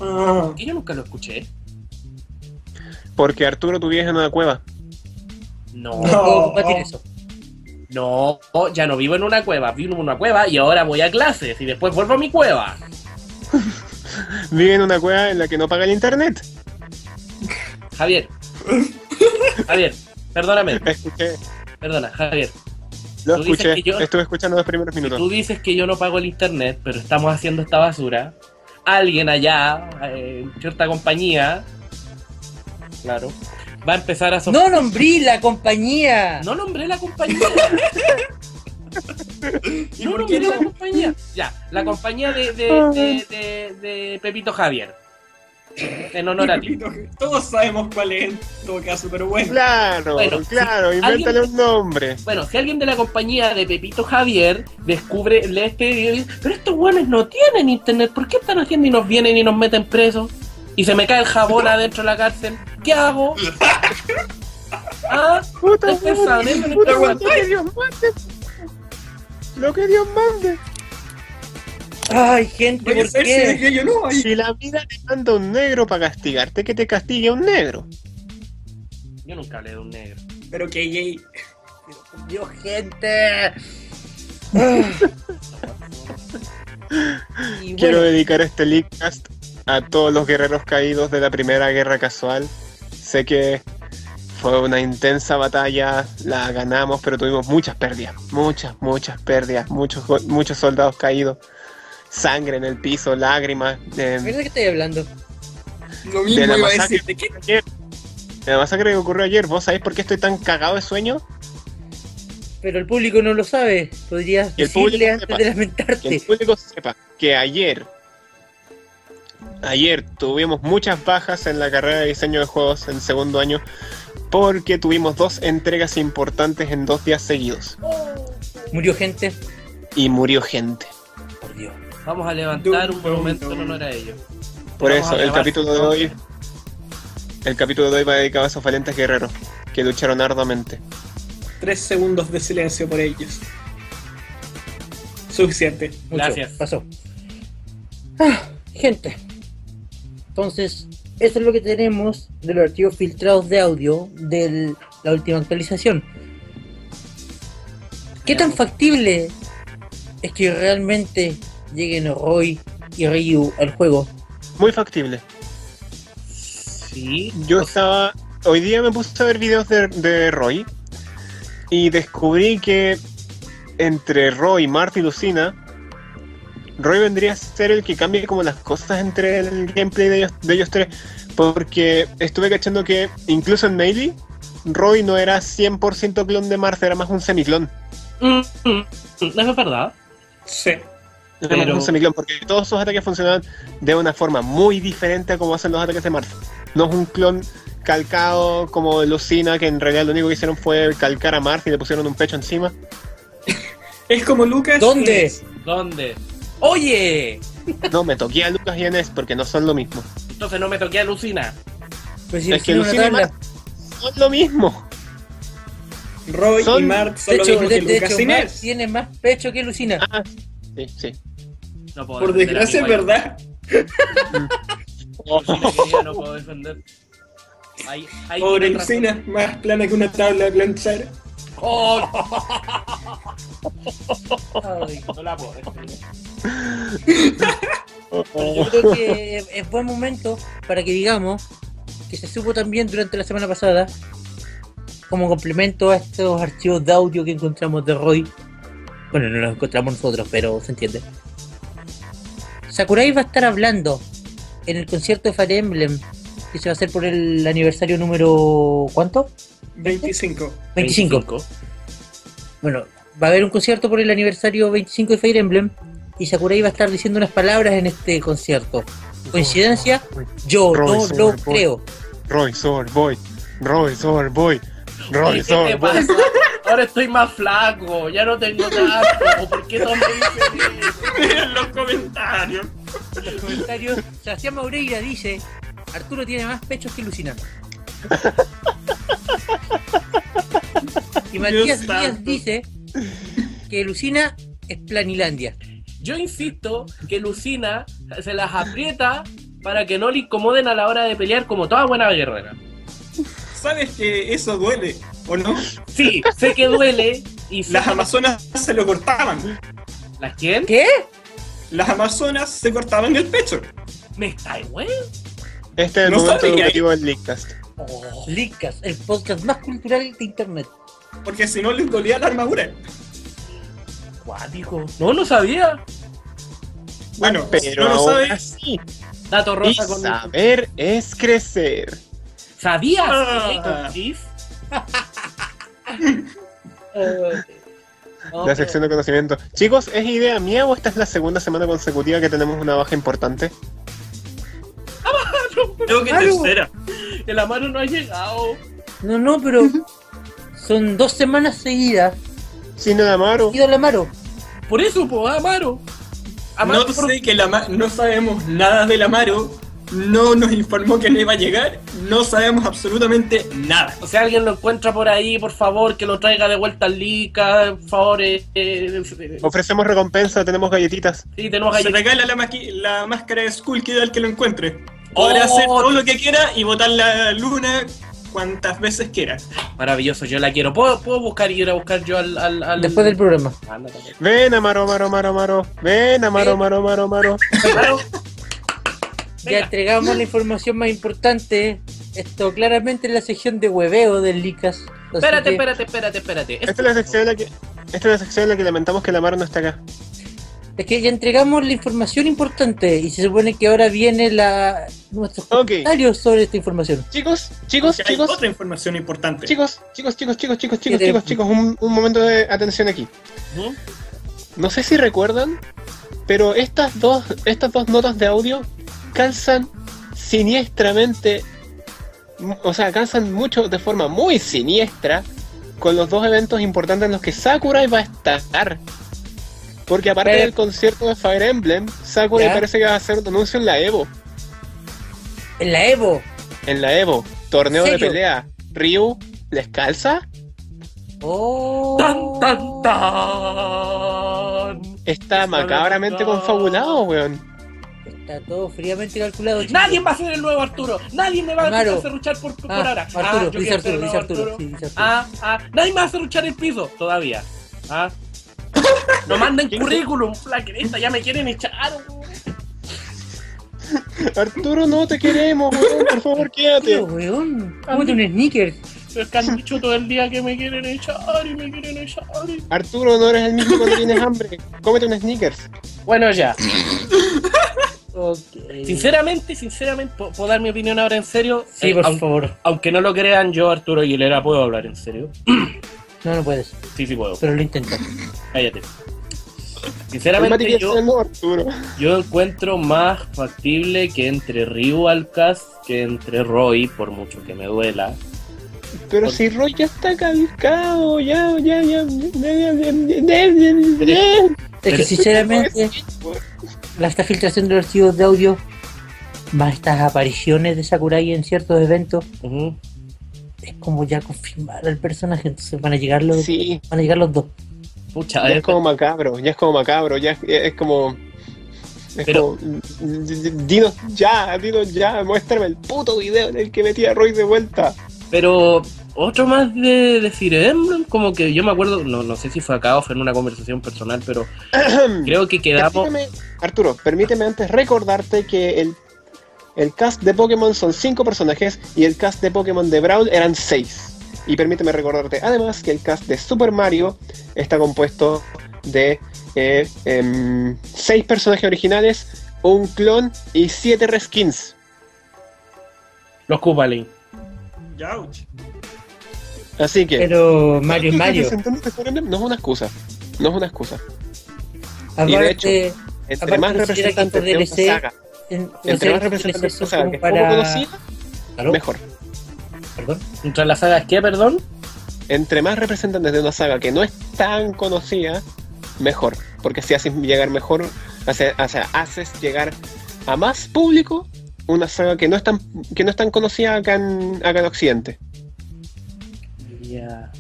S4: Ah,
S3: Que yo nunca lo escuché.
S5: Porque Arturo tu vieja en una cueva.
S3: No,
S2: No
S4: No.
S2: puedo combatir eso.
S3: no, ya no vivo en una cueva. Vivo en una cueva y ahora voy a clases y después vuelvo a mi cueva.
S5: Vive en una cueva en la que no paga el internet.
S3: Javier. Javier, perdóname.
S5: Escuché,
S3: Perdona, Javier.
S5: lo
S3: Tú dices
S5: escuché.
S3: que yo-
S5: Estuve escuchando los primeros minutos.
S3: Tú dices que yo no pago el internet, pero estamos haciendo esta basura. Alguien allá, eh, en cierta compañía, claro, va a empezar a... so-
S2: No nombré la compañía.
S3: No nombré la compañía.
S4: [laughs] ¿Y
S3: No
S4: por qué
S3: nombré la
S4: no?
S3: compañía. Ya, la compañía de, de, de, de- de Pepito Javier. En honor a ti.
S4: [laughs] Todos sabemos cuál es en todo caso, pero bueno.
S5: Claro,
S3: Bueno,
S5: claro,
S3: si
S5: invéntale un nombre.
S3: Bueno, si alguien de la compañía de Pepito Javier descubre, lee este video y dice, pero estos guanes no tienen internet, ¿por qué están haciendo y nos vienen y nos meten presos? Y se me cae el jabón adentro de la cárcel,
S4: [laughs]
S3: ¿qué hago? ¿Ah?
S5: Puta,
S3: Estoy pensando en eso,
S5: puta,
S3: pero
S5: lo que Dios mande. Lo que Dios mande.
S2: Ay, gente,
S4: Voy a
S2: ¿por
S4: ser si
S2: qué?
S4: dejé yo no. ahí.
S5: Si la vida te manda un negro para castigarte, que te castigue un negro.
S3: Yo nunca hablé de un negro.
S4: Pero que gay.
S2: Dios,
S5: [laughs]
S2: gente. y
S5: Quiero
S2: bueno,
S5: dedicar este leadcast a todos los guerreros caídos de la Primera Guerra Casual. Sé que fue una intensa batalla, la ganamos, pero tuvimos muchas pérdidas, muchas, muchas pérdidas, muchos, go- muchos soldados caídos, sangre en el piso, lágrimas. eh,
S2: ¿verdad que estoy hablando?
S4: Lo
S5: de,
S4: mismo
S5: la
S4: iba a
S5: masacre
S4: decir.
S5: que
S4: ¿De qué?
S5: ocurrió ayer. De la masacre que ocurrió ayer, ¿vos sabéis por qué estoy tan cagado de sueño?
S2: Pero el público no lo sabe. Podrías
S5: Y el
S2: decirle
S5: público
S2: antes
S5: sepa.
S2: de
S5: que el
S2: lamentarte.
S5: público sepa que ayer ayer tuvimos muchas bajas en la carrera de diseño de juegos en segundo año porque tuvimos dos entregas importantes en dos días seguidos
S2: Murió gente.
S5: y murió gente.
S2: Por Dios.
S3: Vamos a levantar un
S4: Dum, dum,
S3: monumento en
S4: dum.
S3: honor a ellos.
S5: Por
S3: Vamos a
S5: eso el
S3: grabar.
S5: capítulo de hoy el capítulo de hoy va dedicado a esos valientes guerreros que lucharon arduamente.
S4: Tres segundos de silencio por ellos. Suficiente.
S2: Mucho.
S3: Gracias.
S2: Pasó. Ah, gente. Entonces, eso es lo que tenemos de los archivos filtrados de audio de la última actualización. ¿Qué tan factible es que realmente lleguen Roy y Ryu al juego?
S5: Muy factible.
S3: Sí.
S5: Yo estaba. Hoy día me puse a ver videos de, de Roy y descubrí que entre Roy, Marty y Lucina, Roy vendría a ser el que cambie como las cosas entre el gameplay de ellos, de ellos tres. Porque estuve cachando que incluso en Melee, Roy no era 100% clon de Marth, era más un semiclon.
S3: Mm, mm, mm, eso es verdad.
S4: Sí.
S5: Era más
S3: Pero-
S5: un semiclon, porque todos sus ataques funcionaban de una forma muy diferente a como hacen los ataques de Marth. No es un clon calcado como Lucina, que en realidad lo único que hicieron fue calcar a Marth y le pusieron un pecho encima.
S4: Es como Lucas.
S2: ¿Dónde?
S4: es-
S3: ¿Dónde? ¡Oye!
S5: No, me toqué a Lucas y a Ness porque no son lo mismo.
S3: Entonces no me toqué a Lucina.
S2: Pues si
S5: Es que
S2: tiene una
S5: Lucina
S2: tabla.
S5: Son lo mismo.
S4: Roy y
S5: Son-
S4: Mart
S2: De
S4: son lo
S2: hecho,
S4: mismo
S2: de,
S4: que
S2: de
S4: Lucas
S2: hecho,
S4: y
S2: Mark
S4: Ness.
S2: tiene más pecho que Lucina.
S4: [laughs]
S5: Ah, sí, sí.
S3: No puedo
S4: Por
S3: defender a mi
S4: desgracia es
S3: guay.
S4: verdad.
S3: Lucina querida, no puedo defender. Hay, hay
S4: Pobre
S3: una razón-
S4: Lucina, más plana que una tabla de planchar.
S3: ¡Oh!
S2: Ay,
S3: No la puedo.
S2: yo creo que es buen momento para que digamos que se supo también durante la semana pasada, como complemento a estos archivos de audio que encontramos de Roy. Bueno, no los encontramos nosotros, pero se entiende. Sakurai va a estar hablando en el concierto de Fire Emblem que se va a hacer por el aniversario número. ¿Cuánto?
S4: 25.
S2: 25. Bueno, va a haber un concierto por el aniversario 25 de Fire Emblem y Sakurai va a estar diciendo unas palabras en este concierto. ¿Coincidencia? Yo no
S5: Robinson,
S2: lo
S5: por favor.
S2: creo.
S5: Roy Soul Boy. Roy Soul Boy. Roy
S3: ¿Qué
S5: Soul
S3: te
S5: Boy.
S3: pasa? Ahora estoy más flaco, ya no tengo tanto. ¿Por qué tomé
S4: En [laughs] los comentarios.
S2: En los comentarios, Sebastián Maureira dice: Arturo tiene más pechos que Lucinano. Y Matías
S4: Dios
S2: Díaz
S4: santo.
S2: dice que Lucina es Planilandia.
S3: Yo insisto que Lucina se las aprieta para que no le incomoden a la hora de pelear como toda buena guerrera.
S4: ¿Sabes que eso duele? ¿O no?
S3: Sí, sé que duele y sé
S4: Las
S3: que-
S4: amazonas se lo cortaban.
S3: ¿Las quién?
S2: ¿Qué?
S4: Las amazonas se cortaban el pecho.
S3: ¿Me está güey?
S5: Este es el
S4: No sabe
S5: momento
S4: que hay-
S5: educativo del Leakcast.
S2: Licas, el podcast más cultural de internet.
S4: Porque si no les dolía la armadura.
S3: Cuático. No, no sabía.
S4: Bueno, si
S5: Pero
S4: no lo
S5: aún
S4: sabes,
S5: así,
S3: Dato
S5: y
S3: rosa con.
S5: saber es crecer.
S3: ¿Sabías?
S4: Ah.
S3: que con GIF?
S4: [laughs]
S5: La sección de conocimiento. Chicos, ¿es idea mía o esta es la segunda semana consecutiva que tenemos una baja importante?
S4: creo que
S2: Algo.
S4: tercera.
S3: Que la mano no ha llegado.
S2: No, no, pero son dos semanas seguidas.
S5: Sin nada Amaro.
S2: Ido la Maro.
S3: Por eso, po, Amaro. Amaro,
S4: No
S3: por-
S4: sé que la ma- no sabemos nada del Amaro. No nos informó que no iba a llegar. No sabemos absolutamente nada.
S3: Si alguien lo encuentra por ahí, por favor, que lo traiga de vuelta al Lica, por favor. Eh, eh, eh,
S5: Ofrecemos recompensa, tenemos galletitas.
S3: sí, tenemos
S4: Se
S3: galletas.
S4: regala la, maqui- la máscara de Skull Kid al que lo encuentre.
S3: Oh,
S4: Podrá hacer todo lo que quiera y botar la luna cuantas veces quiera.
S3: Maravilloso, yo la quiero. ¿Puedo, puedo buscar y ir a buscar yo al. al, al-
S2: Después del programa.
S3: Anda, también.
S5: Ven, Amaro, Amaro, Amaro, Amaro. Ven, Amaro, Amaro, Amaro, Amaro.
S3: Amaro,
S2: Ya entregamos la información más importante. Esto claramente es la sección de hueveo del Licas. Así
S3: espérate,
S2: que-
S3: espérate, espérate, espérate.
S5: Esta Este es la sección en la que, esta es la sección en la que lamentamos que el Amaro no está acá.
S2: Es que ya entregamos la información importante y se supone que ahora viene la nuestros
S5: Ok.
S2: comentarios sobre esta información.
S5: Chicos, chicos,
S4: Hay
S5: chicos.
S4: otra información importante.
S5: Chicos, chicos, chicos, chicos, chicos, chicos,
S2: ¿Qué te-
S5: chicos, chicos, un, un momento de atención aquí.
S3: Ujú.
S5: No sé si recuerdan, pero estas dos, estas dos notas de audio calzan siniestramente, m- o sea, calzan mucho de forma muy siniestra con los dos eventos importantes en los que Sakurai va a estar. Porque aparte
S2: Pero-
S5: del concierto de Fire Emblem, Sakurai
S2: ¿Ya?
S5: parece que va a hacer un anuncio en la Evo.
S2: En la Evo.
S5: En la Evo, torneo de
S2: ¿Serio?
S5: pelea. Ryu, ¿les calza?
S2: Oh.
S3: Tan, tan, tan.
S5: Está
S3: Está
S5: macabramente
S3: verdad.
S5: confabulado, weón.
S2: Está todo fríamente calculado. chicos.
S3: Nadie va a ser el nuevo Arturo. Nadie me va a
S2: Amaro.
S3: hacer serruchar por, por
S2: Ah,
S3: ahora.
S2: Arturo,
S3: Ah,
S2: dice
S3: yo quiero ser
S2: Arturo, dice
S3: el nuevo
S2: Arturo.
S3: Arturo.
S2: sí, dice Arturo.
S3: Ah, ah, nadie me va a serruchar el piso todavía. Ah. No manden currículum, la cresta, ya me quieren echar.
S5: Arturo, no te queremos, weón. Por favor,
S2: Tío, [laughs]
S5: quédate.
S2: weón. Cómete un sneaker.
S3: Es que han dicho todo el día que me quieren echar y me quieren echar. y-
S5: Arturo, no eres el mismo cuando tienes hambre. Cómete un sneakers.
S3: Bueno, ya.
S2: Ok.
S3: Sinceramente, sinceramente, ¿puedo, puedo dar mi opinión ahora en serio?
S2: Sí,
S3: Eh,
S2: por
S3: aun-
S2: favor.
S3: aunque no lo crean, yo, Arturo Aguilera, puedo hablar en serio.
S2: No, no puedes.
S3: Sí, sí puedo.
S2: Pero lo intentas.
S3: Cállate.
S5: El Mati
S3: Sinceramente,
S5: quiere
S3: yo.
S5: ser el nuevo Arturo.
S3: Yo encuentro más factible que entre Ryu Alcas que entre Roy, por mucho que me duela.
S5: Pero si Roy ya está caducado, ya, ya, ya. ya, ya, ya, ya, ya.
S2: Es que
S3: Pero-
S2: sinceramente, la esta filtración de los archivos de audio, más estas apariciones de Sakurai en ciertos eventos,
S3: Ujú.
S2: es como ya confirmar al personaje, entonces van a llegar los,
S5: Sí,
S2: van a llegar los dos.
S3: Pucha,
S5: ya
S3: eh,
S5: es como macabro, ya es como macabro, ya es, es como. Es
S3: Pero-
S5: como, dinos ya, dinos ya, muéstrame el puto video en el que metí a Roy de vuelta.
S3: pero otro más de, de Fire Emblem, como que yo me acuerdo, no, no sé si fue acá o fue en una conversación personal, pero creo que quedamos...
S5: Permíteme, Arturo, permíteme antes recordarte que el, el cast de Pokémon son 5 personajes y el cast de Pokémon de Brawl eran 6. Y permíteme recordarte además que el cast de Super Mario está compuesto de 6 personajes originales, un clon y 7 reskins.
S3: Los Koopalings.
S4: Yauch.
S5: Así que...
S2: Pero Mario es
S5: ¿Estás
S2: Mario.
S5: presentando este Fire Emblem? No es una excusa. No es una excusa.
S2: Aparte,
S5: de hecho, Entre
S2: Aparte,
S5: más
S2: considera que
S5: representantes de una
S2: estos DLC
S5: saga,
S2: en- no sé,
S5: entre más
S2: es
S5: representantes de
S2: eso
S5: una saga
S2: como
S5: que es poco
S2: para-
S5: conocida,
S2: ¿Aló?
S5: mejor.
S2: Perdón.
S3: ¿Entre las sagas qué, perdón?
S5: entre más representantes de una saga que no es tan conocida, mejor. Porque si haces llegar mejor, hace- o sea, haces llegar a más público una saga que no es tan, que no es tan conocida acá en, acá en Occidente.
S3: Ya.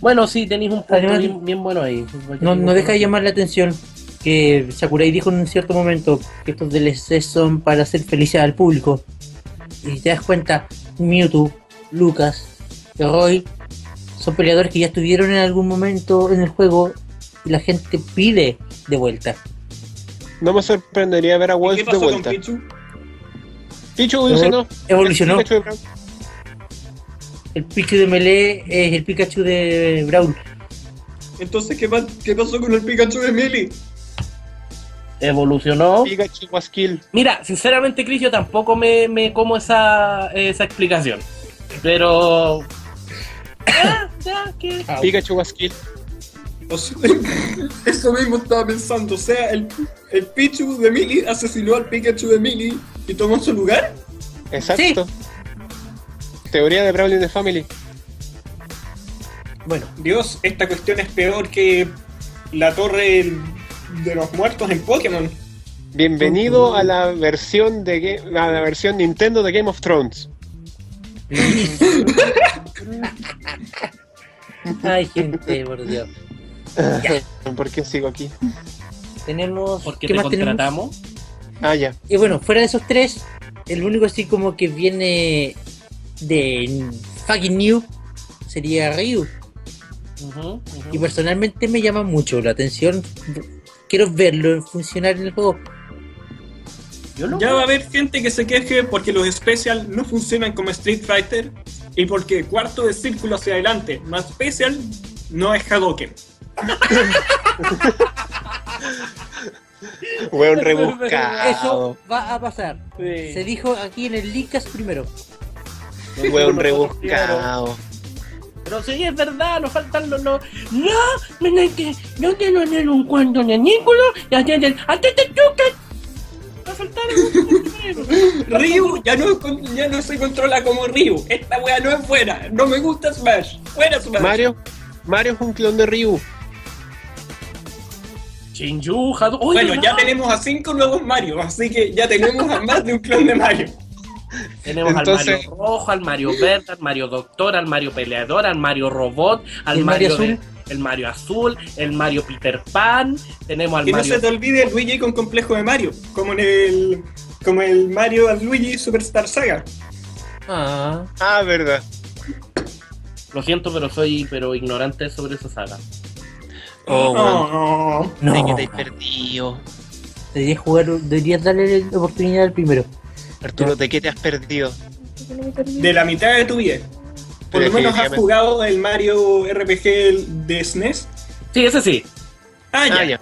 S3: Bueno, sí, tenéis un punto
S2: Además-
S3: bien, bien bueno ahí.
S2: No, no deja de llamar la atención que Sakurai dijo en un cierto momento que estos DLC son para hacer felices al público. Y te das cuenta, Mewtwo, Lucas, Roy son peleadores que ya estuvieron en algún momento en el juego y la gente pide de vuelta.
S5: No me sorprendería ver a Wolf
S4: ¿Qué
S5: de
S4: pasó con
S5: vuelta.
S4: Pichu?
S5: Pichu evolucionó.
S2: Evolucionó.
S5: Pikachu de Brown.
S2: El Pikachu de Melee es el Pikachu de Brawl.
S4: Entonces, ¿qué, pa- ¿qué pasó con el Pikachu de Mili?
S3: Evolucionó.
S5: Pikachu was killed.
S3: Mira, sinceramente, Cris, yo tampoco me, me como esa, esa explicación. Pero. Ah, ya, ¿qué?
S5: Pikachu was killed.
S4: O sea, [laughs] Eso mismo estaba pensando. O sea, el, el Pichu de Mili asesinó al Pikachu de Mili y tomó su lugar.
S5: Exacto. Teoría de Brawling the Family.
S2: Bueno,
S4: Dios, esta cuestión es peor que la torre de los muertos en Pokémon.
S5: Bienvenido a la versión de Ga- a la versión Nintendo de Game of Thrones.
S2: ay gente, por Dios.
S5: ¿Por qué sigo aquí?
S2: Tenemos.
S3: Porque
S2: ¿qué
S3: te
S2: más tenemos?
S3: contratamos.
S5: Ah, ya.
S2: Y bueno, fuera de esos tres, el único así como que viene de fucking new sería Ryu.
S3: Ujú, ujú.
S2: Y personalmente me llama mucho la atención. Quiero verlo funcionar en el juego.
S3: Yo lo-
S4: Ya va a haber gente que se queje porque los special no funcionan como Street Fighter y porque cuarto de círculo hacia adelante más special no es Hadoken. [laughs]
S5: Weón rebuscado.
S2: Eso va a pasar. Se dijo aquí en el Licas primero.
S5: Weón rebuscado.
S3: Pero sí, es verdad, nos faltan los. los- No, mira que. No quiero tener un cuento de Nicolás y hacer el. ¡Antes te chocan! Va a faltar el.
S4: Ryu ya no, con- ya no se controla como Ryu. Esta wea no es buena. No me gusta Smash. Fuera Smash.
S5: Mario, Mario es un clon de Ryu.
S3: Chinju, Hadu- Oye,
S4: Bueno, ya
S3: ¿verdad?
S4: tenemos a cinco nuevos Mario, así que ya tenemos a más de un clon de Mario.
S3: Tenemos al
S5: Entonces-
S3: Mario Rojo, al Mario Verde, al Mario Doctor, al Mario Peleador, al Mario Robot, al
S2: ¿El Mario
S3: Mario, de-
S2: Azul?
S3: el Mario Azul, el Mario Peter Pan, tenemos al
S4: Y no
S3: Mario
S4: se te olvide el Luigi con complejo de Mario, como en el, como el Mario and Luigi Superstar Saga.
S2: Ah,
S5: Ah, verdad.
S3: Lo siento, pero soy pero ignorante sobre esa saga.
S5: Oh, weón.
S4: Oh.
S2: no.
S5: De que te he perdido.
S2: Deberías jugar, deberías darle la oportunidad al primero.
S5: Arturo, ¿de qué te has perdido?
S4: de la mitad de tu vida. Por lo menos has
S5: Definitivamente.
S4: jugado el Mario RPG de SNES.
S3: Sí, ese sí.
S4: Ah, ya.
S5: Ah, ya.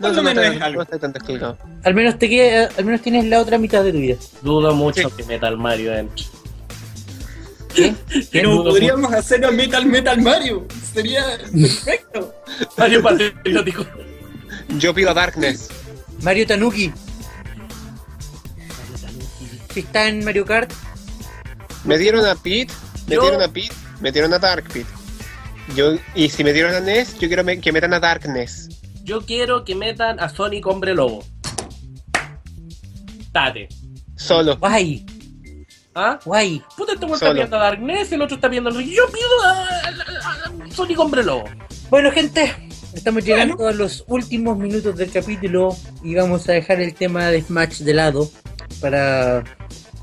S5: No,
S4: Por lo
S5: no,
S4: menos
S5: está-
S4: es algo.
S5: no está tan descolgado.
S2: Al menos te queda, al menos tienes la otra mitad de tu vida.
S3: Dudo mucho
S5: Sí.
S3: que meta al Mario dentro.
S2: ¿Qué? ¿Qué?
S4: Pero
S3: dudo
S4: podríamos hacer a Metal Metal Mario. Sería perfecto.
S3: Mario Patriótico.
S5: Yo pido a Darkness.
S2: Mario Tanuki. Si está en Mario Kart,
S5: Me dieron a Pete, me
S3: Yo-
S5: dieron a Pete, me dieron a Dark Pete. Yo, y si me dieron a Ness, yo quiero me- que metan a Darkness.
S3: Yo quiero que metan a Sonic Hombre Lobo. Tate.
S5: Solo.
S2: guay,
S3: ¿Ah?
S2: guay.
S3: Puta, este weón está
S5: Solo.
S3: viendo a Darkness, el otro está viendo a Yo pido a, a- a Sonic Hombre Lobo.
S2: Bueno, gente, estamos llegando a los últimos minutos del capítulo y vamos a dejar el tema de Smash de lado para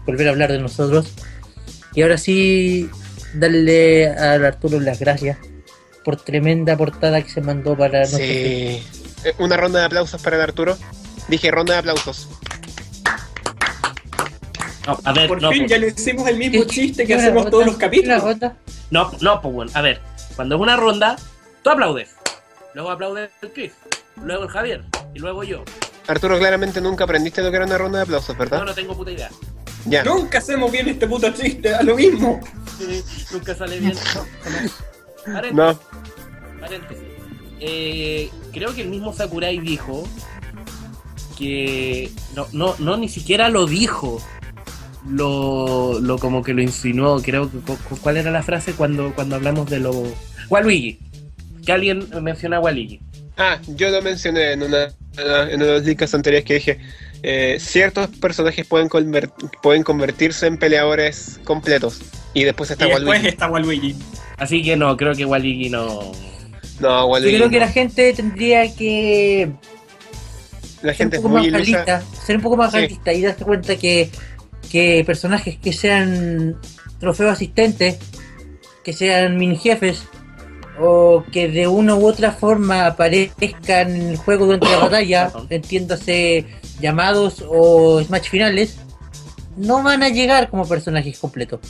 S2: volver a hablar de nosotros. Y ahora sí, darle al Arturo las gracias por tremenda portada que se mandó para nosotros.
S4: Sí.
S5: Eh, Una ronda de aplausos para el Arturo. Dije ronda de aplausos.
S3: No, a ver,
S4: Por
S3: no,
S4: fin
S3: pues,
S4: ya le hicimos el mismo chiste que
S2: Una
S4: hacemos
S2: gota,
S4: todos los
S2: una
S4: capítulos.
S2: gota.
S3: no, no, pues bueno, a ver, cuando es una ronda, tú aplaudes, luego aplaude el Chris, luego el Javier, y luego yo.
S5: Arturo, claramente nunca aprendiste lo que era una ronda de aplausos, ¿verdad?
S3: No, no tengo puta idea. [laughs]
S5: Ya.
S4: Nunca hacemos bien este puto chiste, a lo mismo.
S3: Nunca sale bien. Paréntesis,
S5: No.
S3: paréntesis. Eh, creo que el mismo Sakurai dijo que no, no, no ni siquiera lo dijo. Lo, lo como que lo insinuó, creo que cu- cu- cuál era la frase cuando, cuando hablamos de lo Waluigi. Que alguien menciona a Waluigi.
S5: Ah, yo lo mencioné en una, en una de las licas anteriores que dije. eh, ciertos personajes pueden, conver- pueden convertirse en peleadores completos. Y después está
S4: y después
S5: Waluigi.
S4: está Waluigi.
S3: Así que no, creo que Waluigi no.
S5: No,
S2: Yo
S5: Waluigi.
S2: creo que
S5: no.
S2: la gente tendría que ser
S5: La
S2: un
S5: gente es
S2: poco
S5: muy
S2: más
S5: ilusa.
S2: realista, ser un poco más
S5: Sí.
S2: realista y darse cuenta que, que personajes que sean trofeo asistentes, que sean mini jefes, o que de una u otra forma aparezcan en el juego durante
S5: [coughs]
S2: la batalla,
S3: Perdón.
S2: entiéndase llamados o smash finales, no van a llegar como personajes completos.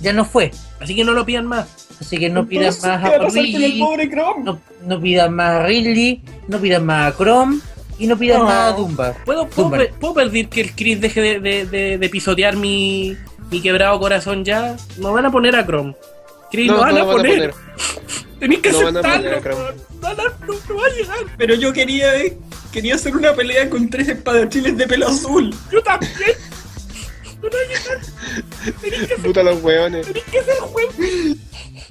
S2: Ya no fue.
S3: Así que no lo pidan más.
S2: Así que no pidas
S4: Entonces,
S2: más
S4: ¿Qué va a
S2: a
S4: pasar con el
S2: Luigi,
S4: pobre Chrome?
S2: no, no pidan más a Ridley, no pidan más a Chrome y no pidan
S4: No.
S2: más a Dumba.
S3: ¿Puedo, puedo,
S2: Súper.
S3: pe- puedo pedir que el Chris deje de, de- de- de pisotear mi, mi quebrado corazón ya? No van a poner a Chrome. Chris, no,
S5: No,
S3: van,
S5: no
S3: a
S5: lo van a
S3: poner.
S5: poner.
S3: Tenéis que
S5: No van a
S3: aceptarlo.
S5: poner a Chrome.
S3: weón. No, no, no, no va a llegar.
S4: Pero yo quería, eh, quería hacer una pelea con tres espadachiles de pelo azul.
S3: Yo también. No va a llegar. Tenéis que,
S5: Puta los hueones.
S3: tenéis que hacer juego.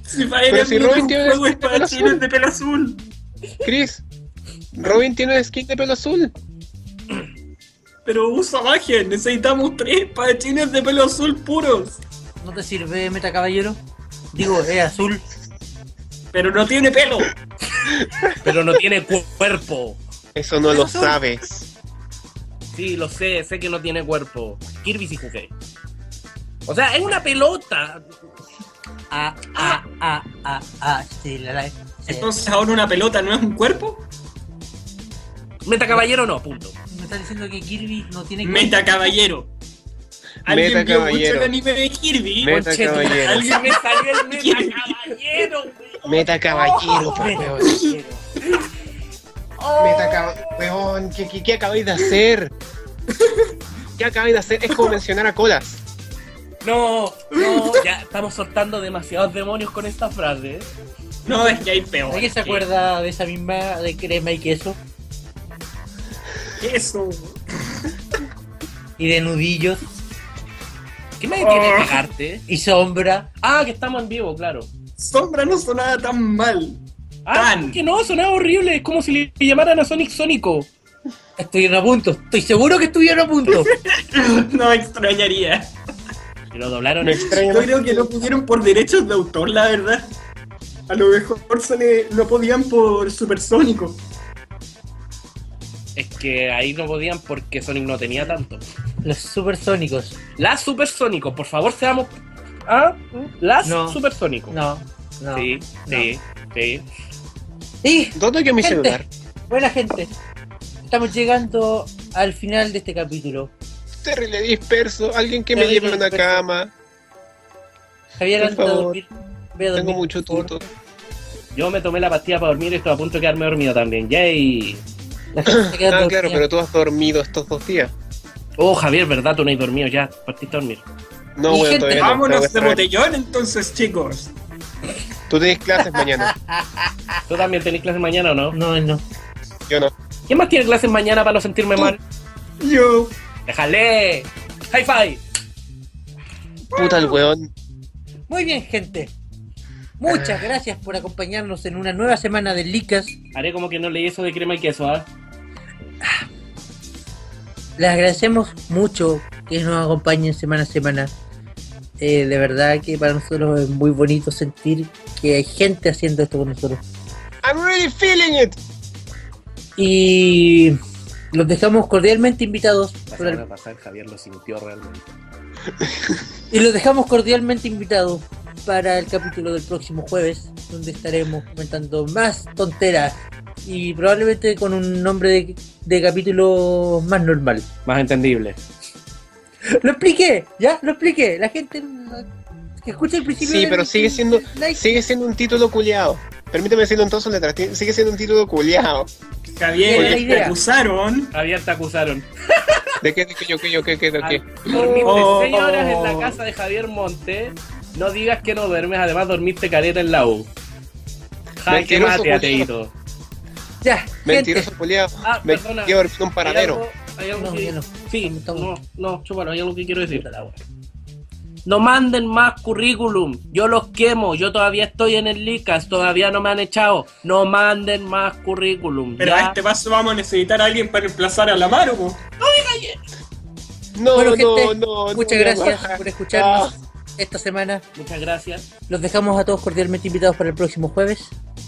S4: Si
S5: Pero
S4: Fire
S5: si
S4: Emblem
S5: Robin
S4: es un
S5: tiene
S4: juego de
S5: de pelo azul.
S4: espadachines de pelo azul.
S5: Chris, Robin tiene skin de pelo azul.
S4: Pero usa magia, necesitamos tres espadachines de pelo azul puros.
S2: ¿No te sirve Meta Caballero? Digo, es azul.
S4: Pero no tiene pelo.
S3: Pero no tiene cu- cuerpo.
S5: Eso no lo sabes.
S3: Sí, lo sé, sé que no tiene cuerpo. Kirby sí jugué. O sea, es una pelota.
S2: A, A, A, A, A. Sí, la, la, sí.
S4: Entonces ahora una pelota no es un cuerpo.
S3: Meta caballero no, punto.
S2: Me está diciendo que Kirby no tiene
S4: Meta caballero. Alguien
S5: Meta
S4: vio
S5: caballero.
S4: mucho el anime de Kirby.
S5: Meta
S3: Conche tu-
S5: caballero.
S3: Alguien me salió el meta caballero. weón.
S2: Oh,
S5: Meta caballero, pues, weón. Meta cab- weón. ¿Qué, qué, qué acabáis de hacer? [laughs] ¿Qué acabáis de hacer? Es como mencionar a colas.
S3: No, no, ya estamos soltando demasiados demonios con esta frase.
S4: No, es que hay peor.
S2: ¿Alguien se acuerda de esa misma de crema y queso?
S4: Eso.
S2: Y de nudillos.
S3: ¿Qué me detiene de pegarte?
S2: Y sombra.
S3: Ah, que estamos en vivo, claro.
S4: Sombra no sonaba tan mal. [laughs]
S3: Ah,
S4: Tan.
S3: que no, sonaba horrible. Es como si le llamaran a Sonic Sónico.
S2: Estuvieron a punto. Estoy seguro que estuvieron a punto.
S4: No extrañaría.
S3: Y lo doblaron.
S5: Me extraña
S4: Yo
S5: más-
S4: creo que no pudieron por derechos de autor, la verdad. A lo mejor se le- no podían por supersónico.
S3: Es que ahí no podían porque Sonic no tenía tanto.
S2: Los supersónicos.
S3: Las Supersónico, por favor, seamos. ¿Ah? Las
S2: No.
S3: Supersónico.
S2: No, no.
S3: sí, sí, sí.
S2: Y
S5: ¿Dónde quedó mi
S2: Gente.
S5: celular?
S2: buena gente. Estamos llegando al final de este capítulo.
S5: Terrible disperso. Alguien que me
S2: Terrible
S5: lleve a una
S2: disperso.
S5: cama.
S2: Javier,
S5: Por
S2: antes de
S5: favor.
S2: dormir. ve a dormir,
S5: Tengo mucho
S2: por favor.
S5: tuto.
S3: Yo me tomé la pastilla para dormir y estoy a punto de quedarme dormido también. ¡Yay!
S2: La gente se queda
S5: Ah,
S2: dormida.
S5: claro, pero tú has dormido estos dos días.
S3: Oh, Javier, ¿verdad? Tú no has dormido ya. Partiste a dormir.
S5: No,
S2: Y
S5: weón,
S2: gente,
S5: todavía no.
S4: Vámonos de
S5: Tengo que esperar.
S4: botellón entonces, chicos.
S5: Tú tienes clases
S2: [laughs]
S5: mañana.
S3: ¿Tú también tenés clases mañana o no?
S2: No, no.
S5: Yo no.
S3: ¿Quién más tiene clases mañana para no sentirme mal?
S4: Yo.
S3: ¡Déjale! ¡High five!
S5: Puta el weón.
S2: Muy bien, gente. Muchas gracias por acompañarnos en una nueva semana de Licas.
S3: Haré como que no leí eso de crema y queso, ¿ah?
S2: Les agradecemos mucho que nos acompañen semana a semana. Eh, de verdad que para nosotros es muy bonito sentir que hay gente haciendo esto con nosotros.
S5: I'm really feeling it.
S2: Y los dejamos cordialmente invitados
S3: La
S2: por el-
S3: semana pasada Javier lo sintió realmente.
S2: y los dejamos cordialmente invitados para el capítulo del próximo jueves, donde estaremos comentando más tonteras y probablemente con un nombre de, de capítulo más normal. [laughs]
S3: Más entendible.
S2: Lo expliqué, ya, lo expliqué. La gente eh, que escucha el principio.
S5: Sí,
S2: del-
S5: pero sigue siendo-
S2: like,
S5: Sigue siendo un título culiado. Permíteme decirlo en todas sus letras. ti- Sigue siendo un título
S2: [laughs]
S5: culiado.
S2: Esa es la
S4: Javier, te
S2: idea.
S4: acusaron.
S3: Javier te acusaron.
S5: ¿De qué? ¿De qué? ¿Yo qué? ¿Yo qué? ¿Qué? ¿De
S3: Al-
S5: qué?
S3: Dormiste
S4: Oh.
S3: seis horas en la casa de Javier Monte. No digas que no duermes, además dormiste careta en la U. Jaque
S5: Mentiroso,
S3: mate,
S5: culiao.
S3: ateíto.
S2: Ya, gente.
S5: Mentiroso culiado.
S3: Ah,
S5: Me
S3: perdona.
S5: quiero dormir en un
S3: ¿Hay
S5: paradero.
S3: algo- hay algo
S2: No,
S3: que-
S2: ya no.
S3: Sí,
S2: Estamos-
S3: no,
S2: estamos-
S3: no, chúpalo, hay algo que quiero decir. No manden más currículum, yo los quemo, yo todavía estoy en el LICAS, todavía no me han echado. No manden más currículum.
S4: Pero
S3: ya.
S4: a este paso vamos a necesitar a alguien para reemplazar a la Maru, po.
S5: No,
S2: Bueno,
S5: no,
S2: gente,
S5: no.
S2: Muchas
S5: no,
S2: gracias
S5: no. Ah.
S2: por escucharnos esta semana.
S3: Muchas gracias.
S2: Los dejamos a todos cordialmente invitados para el próximo jueves.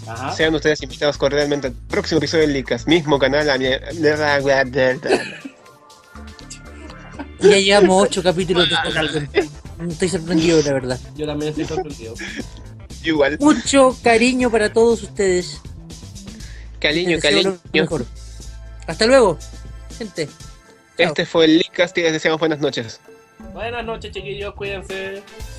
S3: Ajá.
S5: Sean ustedes invitados cordialmente al próximo episodio del Licas. Mismo canal. A mi...
S2: Y ya llevamos ocho capítulos de esta canción. Estoy sorprendido, la verdad.
S3: Yo también estoy sorprendido.
S5: Igual.
S2: Mucho cariño para todos ustedes. Les
S5: Cariño,
S2: deseo
S5: cariño.
S2: lo mejor. Hasta luego, gente.
S5: Este fue el Licas y les deseamos buenas noches.
S3: Buenas noches, chiquillos, cuídense.